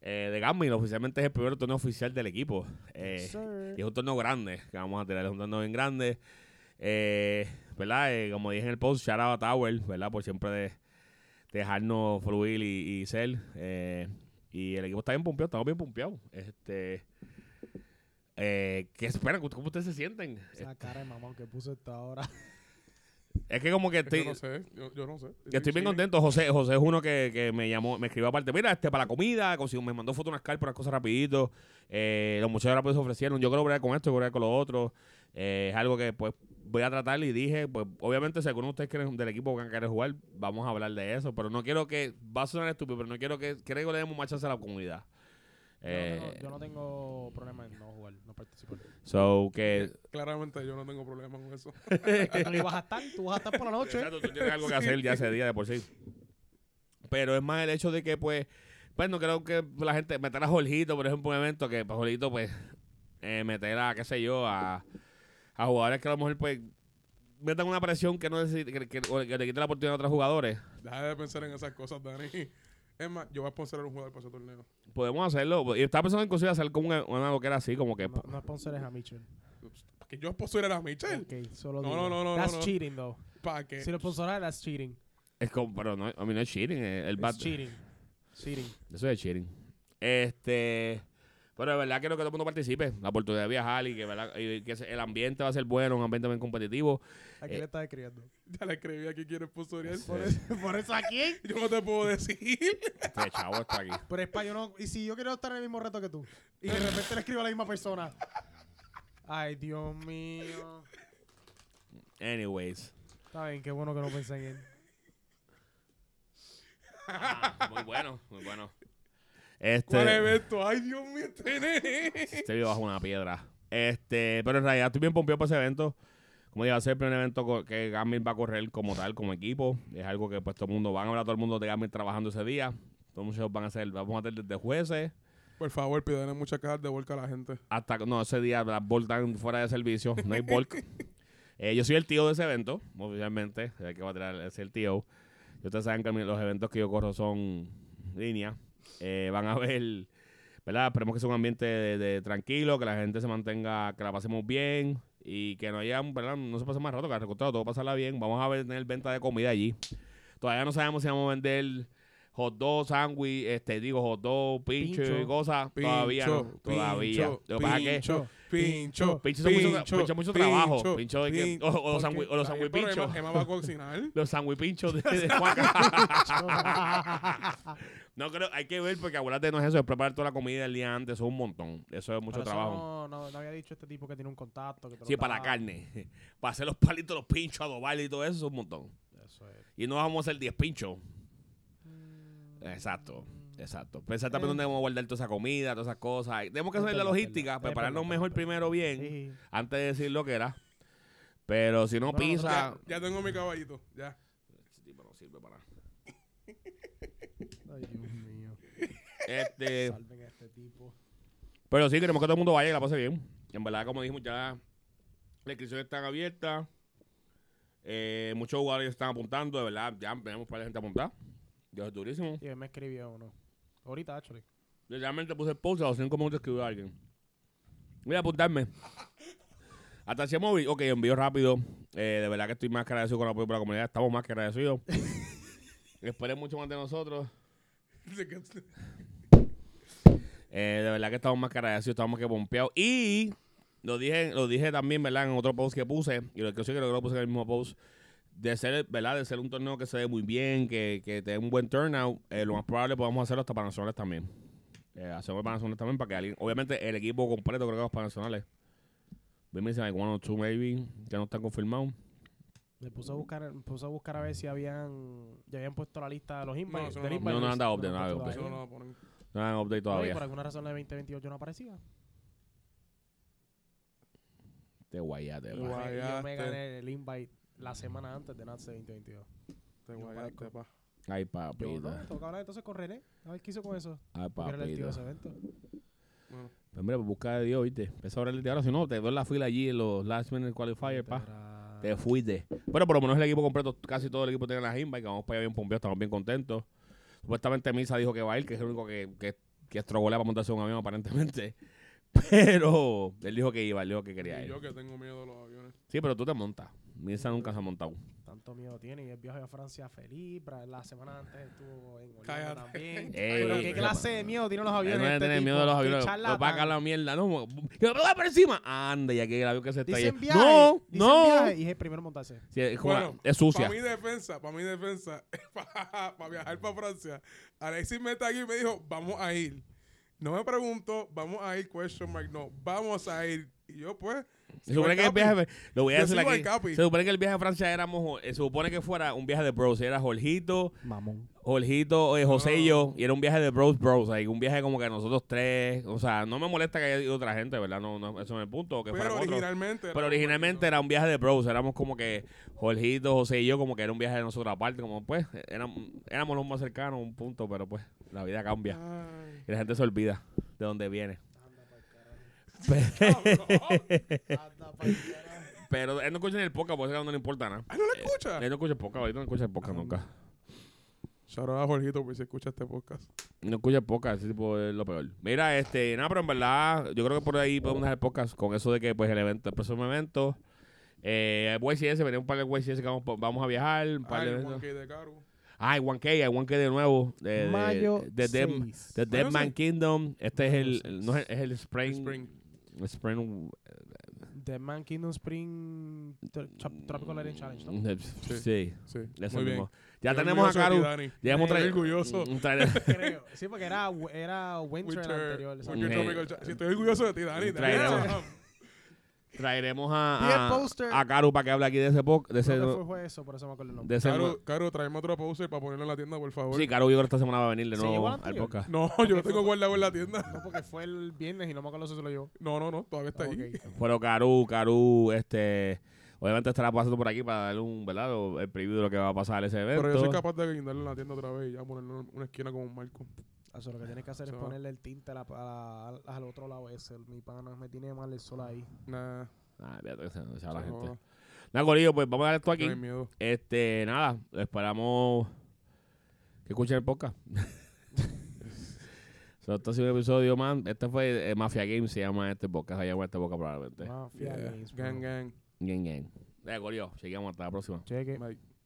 [SPEAKER 1] eh, de Gambling. Oficialmente es el primer torneo oficial del equipo. Eh,
[SPEAKER 3] Sir.
[SPEAKER 1] y es un torneo grande que vamos a tener, es un torneo bien grande. Eh, ¿Verdad? Eh, como dije en el post, shout out a Tower, ¿verdad? Por siempre de, dejarnos fluir y, y ser. eh, y el equipo está bien pumpeado, estamos bien pumpeados. Este, eh, ¿Qué esperan? ¿Cómo ustedes se sienten?
[SPEAKER 3] Esa cara de mamón que puso esta
[SPEAKER 2] [LAUGHS]
[SPEAKER 3] hora.
[SPEAKER 1] Es que como que
[SPEAKER 2] Es que
[SPEAKER 1] estoy,
[SPEAKER 2] no sé, yo, yo no sé.
[SPEAKER 1] yo estoy bien contento. José, José es uno que, que me llamó, me escribió aparte, mira, este para la comida, consigo- me mandó fotos unas carpas, unas cosas rapidito. Eh, los muchachos rápido se ofrecieron, yo quiero bregar con esto, yo quiero bregar con lo otro. Eh, es algo que pues voy a tratar y dije, pues obviamente si alguno de ustedes quieren, del equipo que quiere jugar, vamos a hablar de eso. Pero no quiero que, va a sonar estúpido, pero no quiero que, creo que le demos más chance a la comunidad.
[SPEAKER 3] yo, no
[SPEAKER 1] Eh,
[SPEAKER 3] tengo, yo no tengo problema en no jugar,
[SPEAKER 2] [LAUGHS]
[SPEAKER 3] no participar.
[SPEAKER 1] So que...
[SPEAKER 2] Claramente yo no tengo problema con
[SPEAKER 1] [LAUGHS]
[SPEAKER 2] eso.
[SPEAKER 3] no ibas a estar, tú vas a estar por la noche.
[SPEAKER 1] Exacto, tú tienes algo
[SPEAKER 3] [LAUGHS]
[SPEAKER 1] que hacer ya ese día de por sí. Pero es más el hecho de que, pues, pues no creo que la gente meter a Jorgito, por ejemplo, un evento que pues, Jorgito, pues, eh, meter a, qué sé yo, a, a jugadores que a lo mejor, pues, metan una presión que no necesi- que, que- o que le quite la oportunidad a otros jugadores.
[SPEAKER 2] Deja de pensar en esas cosas, Dani. Es más, yo voy a sponsorar un jugador para ese torneo.
[SPEAKER 1] Podemos hacerlo. Y estaba pensando inclusive hacer como una, una loquera así, como que.
[SPEAKER 3] No, no sponsores a Mitchell.
[SPEAKER 2] ¿Para que yo sponsorar a Michelle?
[SPEAKER 3] Ok, solo
[SPEAKER 2] No, no,
[SPEAKER 3] digo.
[SPEAKER 2] no, no,
[SPEAKER 3] That's
[SPEAKER 2] no, Eh, no.
[SPEAKER 3] cheating, though.
[SPEAKER 2] ¿Para que
[SPEAKER 3] Si lo sponsoras, that's cheating.
[SPEAKER 1] Es como, pero no, a mí no es cheating. eh, El bat-
[SPEAKER 3] It's cheating. Cheating.
[SPEAKER 2] [LAUGHS]
[SPEAKER 1] Eso es cheating. Este. Pero de verdad quiero que todo el mundo participe. La oportunidad de viajar y que, ¿verdad? y que se- el ambiente va a ser bueno, un ambiente bien competitivo.
[SPEAKER 3] ¿A
[SPEAKER 2] Eh.
[SPEAKER 3] quién le estás escribiendo?
[SPEAKER 2] Ya le escribí aquí quiere sponsorear.
[SPEAKER 1] Por
[SPEAKER 3] [LAUGHS] ¿Por eso a quién?
[SPEAKER 2] Yo no te puedo decir.
[SPEAKER 1] Este chavo está aquí.
[SPEAKER 3] Pero es para yo no. Y si yo quiero estar en el mismo reto que tú. Y de repente le escribo a la
[SPEAKER 2] [LAUGHS]
[SPEAKER 3] misma persona. Ay, Dios mío.
[SPEAKER 1] Anyways.
[SPEAKER 3] Está bien, qué bueno que no
[SPEAKER 2] [LAUGHS]
[SPEAKER 3] pensé en él.
[SPEAKER 1] Ah, muy bueno, muy bueno.
[SPEAKER 2] ¿Cuál
[SPEAKER 1] Este,
[SPEAKER 2] evento? Ay, Dios mío, este nene.
[SPEAKER 1] este vive bajo una piedra. Este, pero en realidad estoy bien pompeado para ese evento. Como dije, va a ser el primer evento co- que Gamil va a correr como tal, como equipo. Es algo que pues todo el mundo, van a hablar todo el mundo de Gamil trabajando ese día. Todos los muchachos van a hacer, vamos a tener desde jueces
[SPEAKER 2] Por favor, pídanle muchas cajas de vuelta a la gente.
[SPEAKER 1] hasta, no, ese día las voltan fuera de servicio, no hay bulk. Eh, yo soy el tío de ese evento, oficialmente, el que va a tirar es el tío. Y ustedes saben que mi- los eventos que yo corro son línea. Eh, van a ver, ¿verdad? Esperemos que sea un ambiente de, de tranquilo, que la gente se mantenga, que la pasemos bien y que no haya, ¿verdad? No se pase más rato, que al contrario, todo pasarla bien. Vamos a ver, tener venta de comida allí. Todavía no sabemos si vamos a vender hot dog, sándwich, este, digo, hot dog, pincho, y
[SPEAKER 3] Pincho.
[SPEAKER 1] cosas.
[SPEAKER 2] Pincho,
[SPEAKER 1] todavía no,
[SPEAKER 2] pincho,
[SPEAKER 1] todavía. Lo que pasa es que
[SPEAKER 2] pincho, pincho,
[SPEAKER 1] Pincho son mucho- pincho mucho trabajo. Pincho de que- o- o los
[SPEAKER 2] Porque-
[SPEAKER 1] sangui- o los
[SPEAKER 2] Está bien, pero
[SPEAKER 1] sanguipinchos.
[SPEAKER 2] Emma- Emma va
[SPEAKER 1] [LAUGHS]
[SPEAKER 2] a cocinar.
[SPEAKER 1] los sanguipinchos de, de Juaca. no creo, hay que ver, porque acuérdate, no es eso, es preparar toda la comida el día antes, eso es un montón. Eso es mucho
[SPEAKER 3] Pero eso
[SPEAKER 1] trabajo.
[SPEAKER 3] No, no, no había dicho este tipo que tiene un contacto. Que te lo
[SPEAKER 1] Sí, para la
[SPEAKER 3] da.
[SPEAKER 1] carne. [LAUGHS] Para hacer los palitos, los pinchos, adobar y todo eso, eso es un montón.
[SPEAKER 3] Eso es.
[SPEAKER 1] Y no vamos a hacer 10 pinchos. Exacto, exacto. Pensar también
[SPEAKER 3] Eh.
[SPEAKER 1] dónde vamos a guardar toda esa comida, todas esas cosas. Y Tenemos que
[SPEAKER 3] Es
[SPEAKER 1] hacer la
[SPEAKER 3] verdad, es
[SPEAKER 1] logística,
[SPEAKER 3] verdad. Es
[SPEAKER 1] prepararnos
[SPEAKER 3] verdad,
[SPEAKER 1] mejor
[SPEAKER 3] es verdad.
[SPEAKER 1] primero bien,
[SPEAKER 3] Sí.
[SPEAKER 1] antes de decir lo que era. Pero si no,
[SPEAKER 3] Bueno,
[SPEAKER 1] pizza.
[SPEAKER 2] Ya, ya tengo mi caballito. Ya. [LAUGHS]
[SPEAKER 1] Ese tipo no sirve para nada.
[SPEAKER 3] Ay, Dios mío.
[SPEAKER 1] Este,
[SPEAKER 3] Salven a este tipo.
[SPEAKER 1] Pero sí, queremos que todo el mundo vaya y la pase bien. En verdad, como dijimos, ya las inscripciones están abiertas. Eh, muchos jugadores están apuntando, de verdad. Ya tenemos para la gente apuntar. Dios es durísimo.
[SPEAKER 3] Y él me escribió uno. Ahorita, actually.
[SPEAKER 1] Literalmente puse pausa a los cinco minutos escribió alguien. Voy a apuntarme. Hasta ese móvil. Ok, envío rápido. Eh, de verdad que estoy más que agradecido con el apoyo de la comunidad. Estamos más que agradecidos. Esperen mucho más de nosotros.
[SPEAKER 2] Dice que-
[SPEAKER 1] Eh, de verdad que estamos más que agradecidos, estamos más que pompeados. Y lo dije, lo dije también, ¿verdad? En otro post que puse, y lo que sí creo que lo puse en el mismo post, de ser, ¿verdad? De ser un torneo que se dé muy bien, que, que te dé un buen turnout, eh, lo más probable podamos hacerlo hasta para nacionales también. Eh, hacemos para nacionales también para que alguien, obviamente el equipo completo creo que va para nacionales. Me dicen like one or two maybe, que no están confirmados.
[SPEAKER 3] Me puse a buscar, me puse a buscar a ver si habían, ya habían puesto la lista de los
[SPEAKER 2] No,
[SPEAKER 3] invite.
[SPEAKER 2] eso
[SPEAKER 3] del
[SPEAKER 2] no lo-
[SPEAKER 3] invite
[SPEAKER 1] no, no
[SPEAKER 3] list.
[SPEAKER 1] han dado update, no
[SPEAKER 3] lo han
[SPEAKER 1] han
[SPEAKER 3] puesto
[SPEAKER 1] dado
[SPEAKER 2] Eso
[SPEAKER 3] todavía.
[SPEAKER 2] no lo ponen.
[SPEAKER 1] No hay update
[SPEAKER 3] Oye, por
[SPEAKER 1] todavía.
[SPEAKER 3] alguna razón la de 2028 no aparecía.
[SPEAKER 1] Te guayate,
[SPEAKER 3] Y
[SPEAKER 1] va.
[SPEAKER 2] Guay.
[SPEAKER 3] yo
[SPEAKER 2] Guayaste.
[SPEAKER 3] me gané el invite la semana antes de Nats 2022.
[SPEAKER 2] Te
[SPEAKER 3] Yo
[SPEAKER 2] guayaste, pa.
[SPEAKER 1] Ay,
[SPEAKER 3] Yo, no,
[SPEAKER 1] papita.
[SPEAKER 3] me toca hablar entonces con René. A ver qué hizo con eso.
[SPEAKER 1] Ay,
[SPEAKER 3] Porque era el tío de
[SPEAKER 1] papita.
[SPEAKER 3] ese evento.
[SPEAKER 2] Bueno,
[SPEAKER 1] Pues mira, pues busca de Dios, ¿viste? Empieza a hablar de ahora. Si no, te veo en la fila allí en los last minute qualifier, pa.
[SPEAKER 3] Era-
[SPEAKER 1] Te fuiste. Bueno, por lo menos el equipo completo, casi todo el equipo tiene las invites, que vamos para allá bien pompeados, estamos bien contentos. Supuestamente Misa dijo que va a ir, que es el único que, que, que estrogolea para montarse en un avión, aparentemente. [LAUGHS] Pero él dijo que iba, él dijo que quería
[SPEAKER 2] y
[SPEAKER 1] ir.
[SPEAKER 2] yo que tengo miedo de los aviones.
[SPEAKER 1] Sí, pero tú te montas. Misa nunca se ha montado.
[SPEAKER 3] Tanto miedo tiene. Y el viaje a Francia feliz. pra- La semana antes estuvo en Holanda
[SPEAKER 2] Cállate.
[SPEAKER 1] [LAUGHS]
[SPEAKER 3] también.
[SPEAKER 1] Ey,
[SPEAKER 3] Pero qué
[SPEAKER 1] ey,
[SPEAKER 3] clase de miedo tienen los
[SPEAKER 1] Él
[SPEAKER 3] aviones.
[SPEAKER 1] no debe
[SPEAKER 3] este
[SPEAKER 1] tener miedo
[SPEAKER 3] tipo.
[SPEAKER 1] de los
[SPEAKER 3] Qué
[SPEAKER 1] aviones. Los va a
[SPEAKER 3] charlatán.
[SPEAKER 1] cagar la mierda, ¿no? ¡Que me va por encima! Anda, y aquí el avión que se está
[SPEAKER 3] Dicen
[SPEAKER 1] yendo.
[SPEAKER 3] viaje.
[SPEAKER 1] ¡No!
[SPEAKER 3] dicen
[SPEAKER 1] ¡No!
[SPEAKER 3] viaje, Y es el primero en montarse.
[SPEAKER 1] Sí, es, como-
[SPEAKER 2] Bueno,
[SPEAKER 1] es sucia.
[SPEAKER 2] Para mi defensa, para mi defensa, [LAUGHS] para viajar para Francia, Alexis me está aquí y me dijo, vamos a ir. No me preguntó, vamos a ir, question mark, no, vamos a ir. Y yo, pues,
[SPEAKER 1] Se supone que el
[SPEAKER 2] Capi.
[SPEAKER 1] viaje. Lo voy a
[SPEAKER 2] Yo
[SPEAKER 1] decir
[SPEAKER 2] sigo
[SPEAKER 1] aquí.
[SPEAKER 2] al Capi.
[SPEAKER 1] Se supone que el viaje a Francia éramos. eh, Se supone que fuera un viaje de bros. Era Jorgito,
[SPEAKER 3] Mamón.
[SPEAKER 1] Jorgito, eh, José y
[SPEAKER 2] No.
[SPEAKER 1] yo. Y era un viaje de bros, bros. ahí, un viaje como que nosotros tres. O sea, no me molesta que haya ido otra gente, ¿verdad? No, no, eso no es el punto. Que
[SPEAKER 2] pero
[SPEAKER 1] fuéramos otros.
[SPEAKER 2] originalmente. era
[SPEAKER 1] Pero
[SPEAKER 2] un
[SPEAKER 1] originalmente
[SPEAKER 2] marquito.
[SPEAKER 1] era un viaje de bros. Éramos como que Jorgito, José y yo, como que era un viaje de nosotros aparte. Como pues, éramos, éramos los más cercanos, un punto. Pero pues, la vida cambia.
[SPEAKER 2] Ay,
[SPEAKER 1] Y la gente se olvida de dónde viene. Pero él no escucha ni el podcast, por eso no le importa nada.
[SPEAKER 2] Ay, Ah, no la escucha.
[SPEAKER 1] Él no escucha el podcast, ahorita no escucha el podcast
[SPEAKER 2] Ah,
[SPEAKER 1] nunca.
[SPEAKER 2] Shout out a Jorgito por si escucha este podcast.
[SPEAKER 1] No escucha el podcast, ese tipo es lo peor. Mira, este, nada, pero en verdad, yo creo que por ahí podemos dejar el podcast con eso de que, pues, el evento, el próximo evento. Eh, el YCS, venía un par de YCS que vamos, vamos a viajar. Un par
[SPEAKER 2] Ay,
[SPEAKER 1] de
[SPEAKER 2] Ah, el
[SPEAKER 1] eventos.
[SPEAKER 2] monkey de cargo.
[SPEAKER 1] Ah, el 1K, el 1K de nuevo. De, de-
[SPEAKER 3] Eh, Mayo
[SPEAKER 1] Eh, de, Dead-
[SPEAKER 3] 6.
[SPEAKER 1] de Dead
[SPEAKER 2] Mayo
[SPEAKER 1] Man
[SPEAKER 2] seis.
[SPEAKER 1] Kingdom. Este es el,
[SPEAKER 3] Mayo seis.
[SPEAKER 1] no es, es el Spring.
[SPEAKER 2] Spring.
[SPEAKER 1] Spring.
[SPEAKER 3] The Man Kingdom Spring Tro- Trop- Tropical Area Challenge, pues, ¿no?
[SPEAKER 1] Mm, eh, Sí.
[SPEAKER 2] Sí.
[SPEAKER 1] ese
[SPEAKER 2] Muy bien.
[SPEAKER 1] mismo. Ya
[SPEAKER 2] Yo
[SPEAKER 1] tenemos a
[SPEAKER 2] orgulloso de
[SPEAKER 1] Caru.
[SPEAKER 2] ti, Dani.
[SPEAKER 1] Ya hemos
[SPEAKER 2] Estoy
[SPEAKER 1] traído-
[SPEAKER 2] orgulloso.
[SPEAKER 1] [LAUGHS] un trailer.
[SPEAKER 3] Creo. Sí, porque era, era Winter, el
[SPEAKER 2] Winter-
[SPEAKER 3] anterior.
[SPEAKER 2] Winter
[SPEAKER 3] exacto.
[SPEAKER 1] Winter.
[SPEAKER 2] Tropical Cha- Sí, estoy orgulloso de ti, Dani.
[SPEAKER 1] Traidor.
[SPEAKER 2] Dani.
[SPEAKER 1] Traeremos
[SPEAKER 3] Y el
[SPEAKER 1] a,
[SPEAKER 3] póster.
[SPEAKER 1] a, a Karu para que hable aquí de ese po- de Ah, ese,
[SPEAKER 3] Creo que fue- fue eso, por eso me acuerdo el nombre.
[SPEAKER 1] de ese
[SPEAKER 2] Caro, Caro, tráeme otro poster para ponerlo en la tienda, por favor.
[SPEAKER 1] Sí, Karu yo creo que esta semana va a venir de
[SPEAKER 3] ¿Se
[SPEAKER 1] nuevo
[SPEAKER 3] llevó la
[SPEAKER 1] al
[SPEAKER 3] anterior?
[SPEAKER 1] podcast.
[SPEAKER 2] [LAUGHS] No, yo lo tengo guardado en la tienda.
[SPEAKER 3] No, porque fue el viernes y no me acuerdo si se lo llevó.
[SPEAKER 2] No, no, no, todavía está ahí.
[SPEAKER 3] Ok.
[SPEAKER 1] Pero Karu, Karu, este obviamente estará pasando por aquí para darle un, ¿verdad? O- El preview de lo que va a pasar ese evento.
[SPEAKER 2] Pero yo soy capaz de guindarlo en la tienda otra vez y ya ponerlo en una esquina como un marco.
[SPEAKER 3] Eso, Ah, lo que tienes que hacer es
[SPEAKER 2] So-
[SPEAKER 3] ponerle el tinte a la- a la- al otro lado ese. Mi pana me tiene mal el sol ahí.
[SPEAKER 2] Nah,
[SPEAKER 1] Ah, fíjate que se- se va la
[SPEAKER 2] se
[SPEAKER 1] gente.
[SPEAKER 2] joda,
[SPEAKER 1] Nada, Corillo, pues vamos a dar esto aquí.
[SPEAKER 2] no hay miedo.
[SPEAKER 1] Este, nada, esperamos que escuchen el podcast. [LAUGHS] So, este ha sido un episodio más. Este fue eh, Mafia Games, se llama este podcast. Se llama este podcast probablemente.
[SPEAKER 3] Mafia
[SPEAKER 2] Yeah.
[SPEAKER 3] Games, bro.
[SPEAKER 2] Gang, gang.
[SPEAKER 1] Gang, gang. Dale, Corillo, seguimos hasta la próxima.
[SPEAKER 3] Cheque.
[SPEAKER 2] Bye.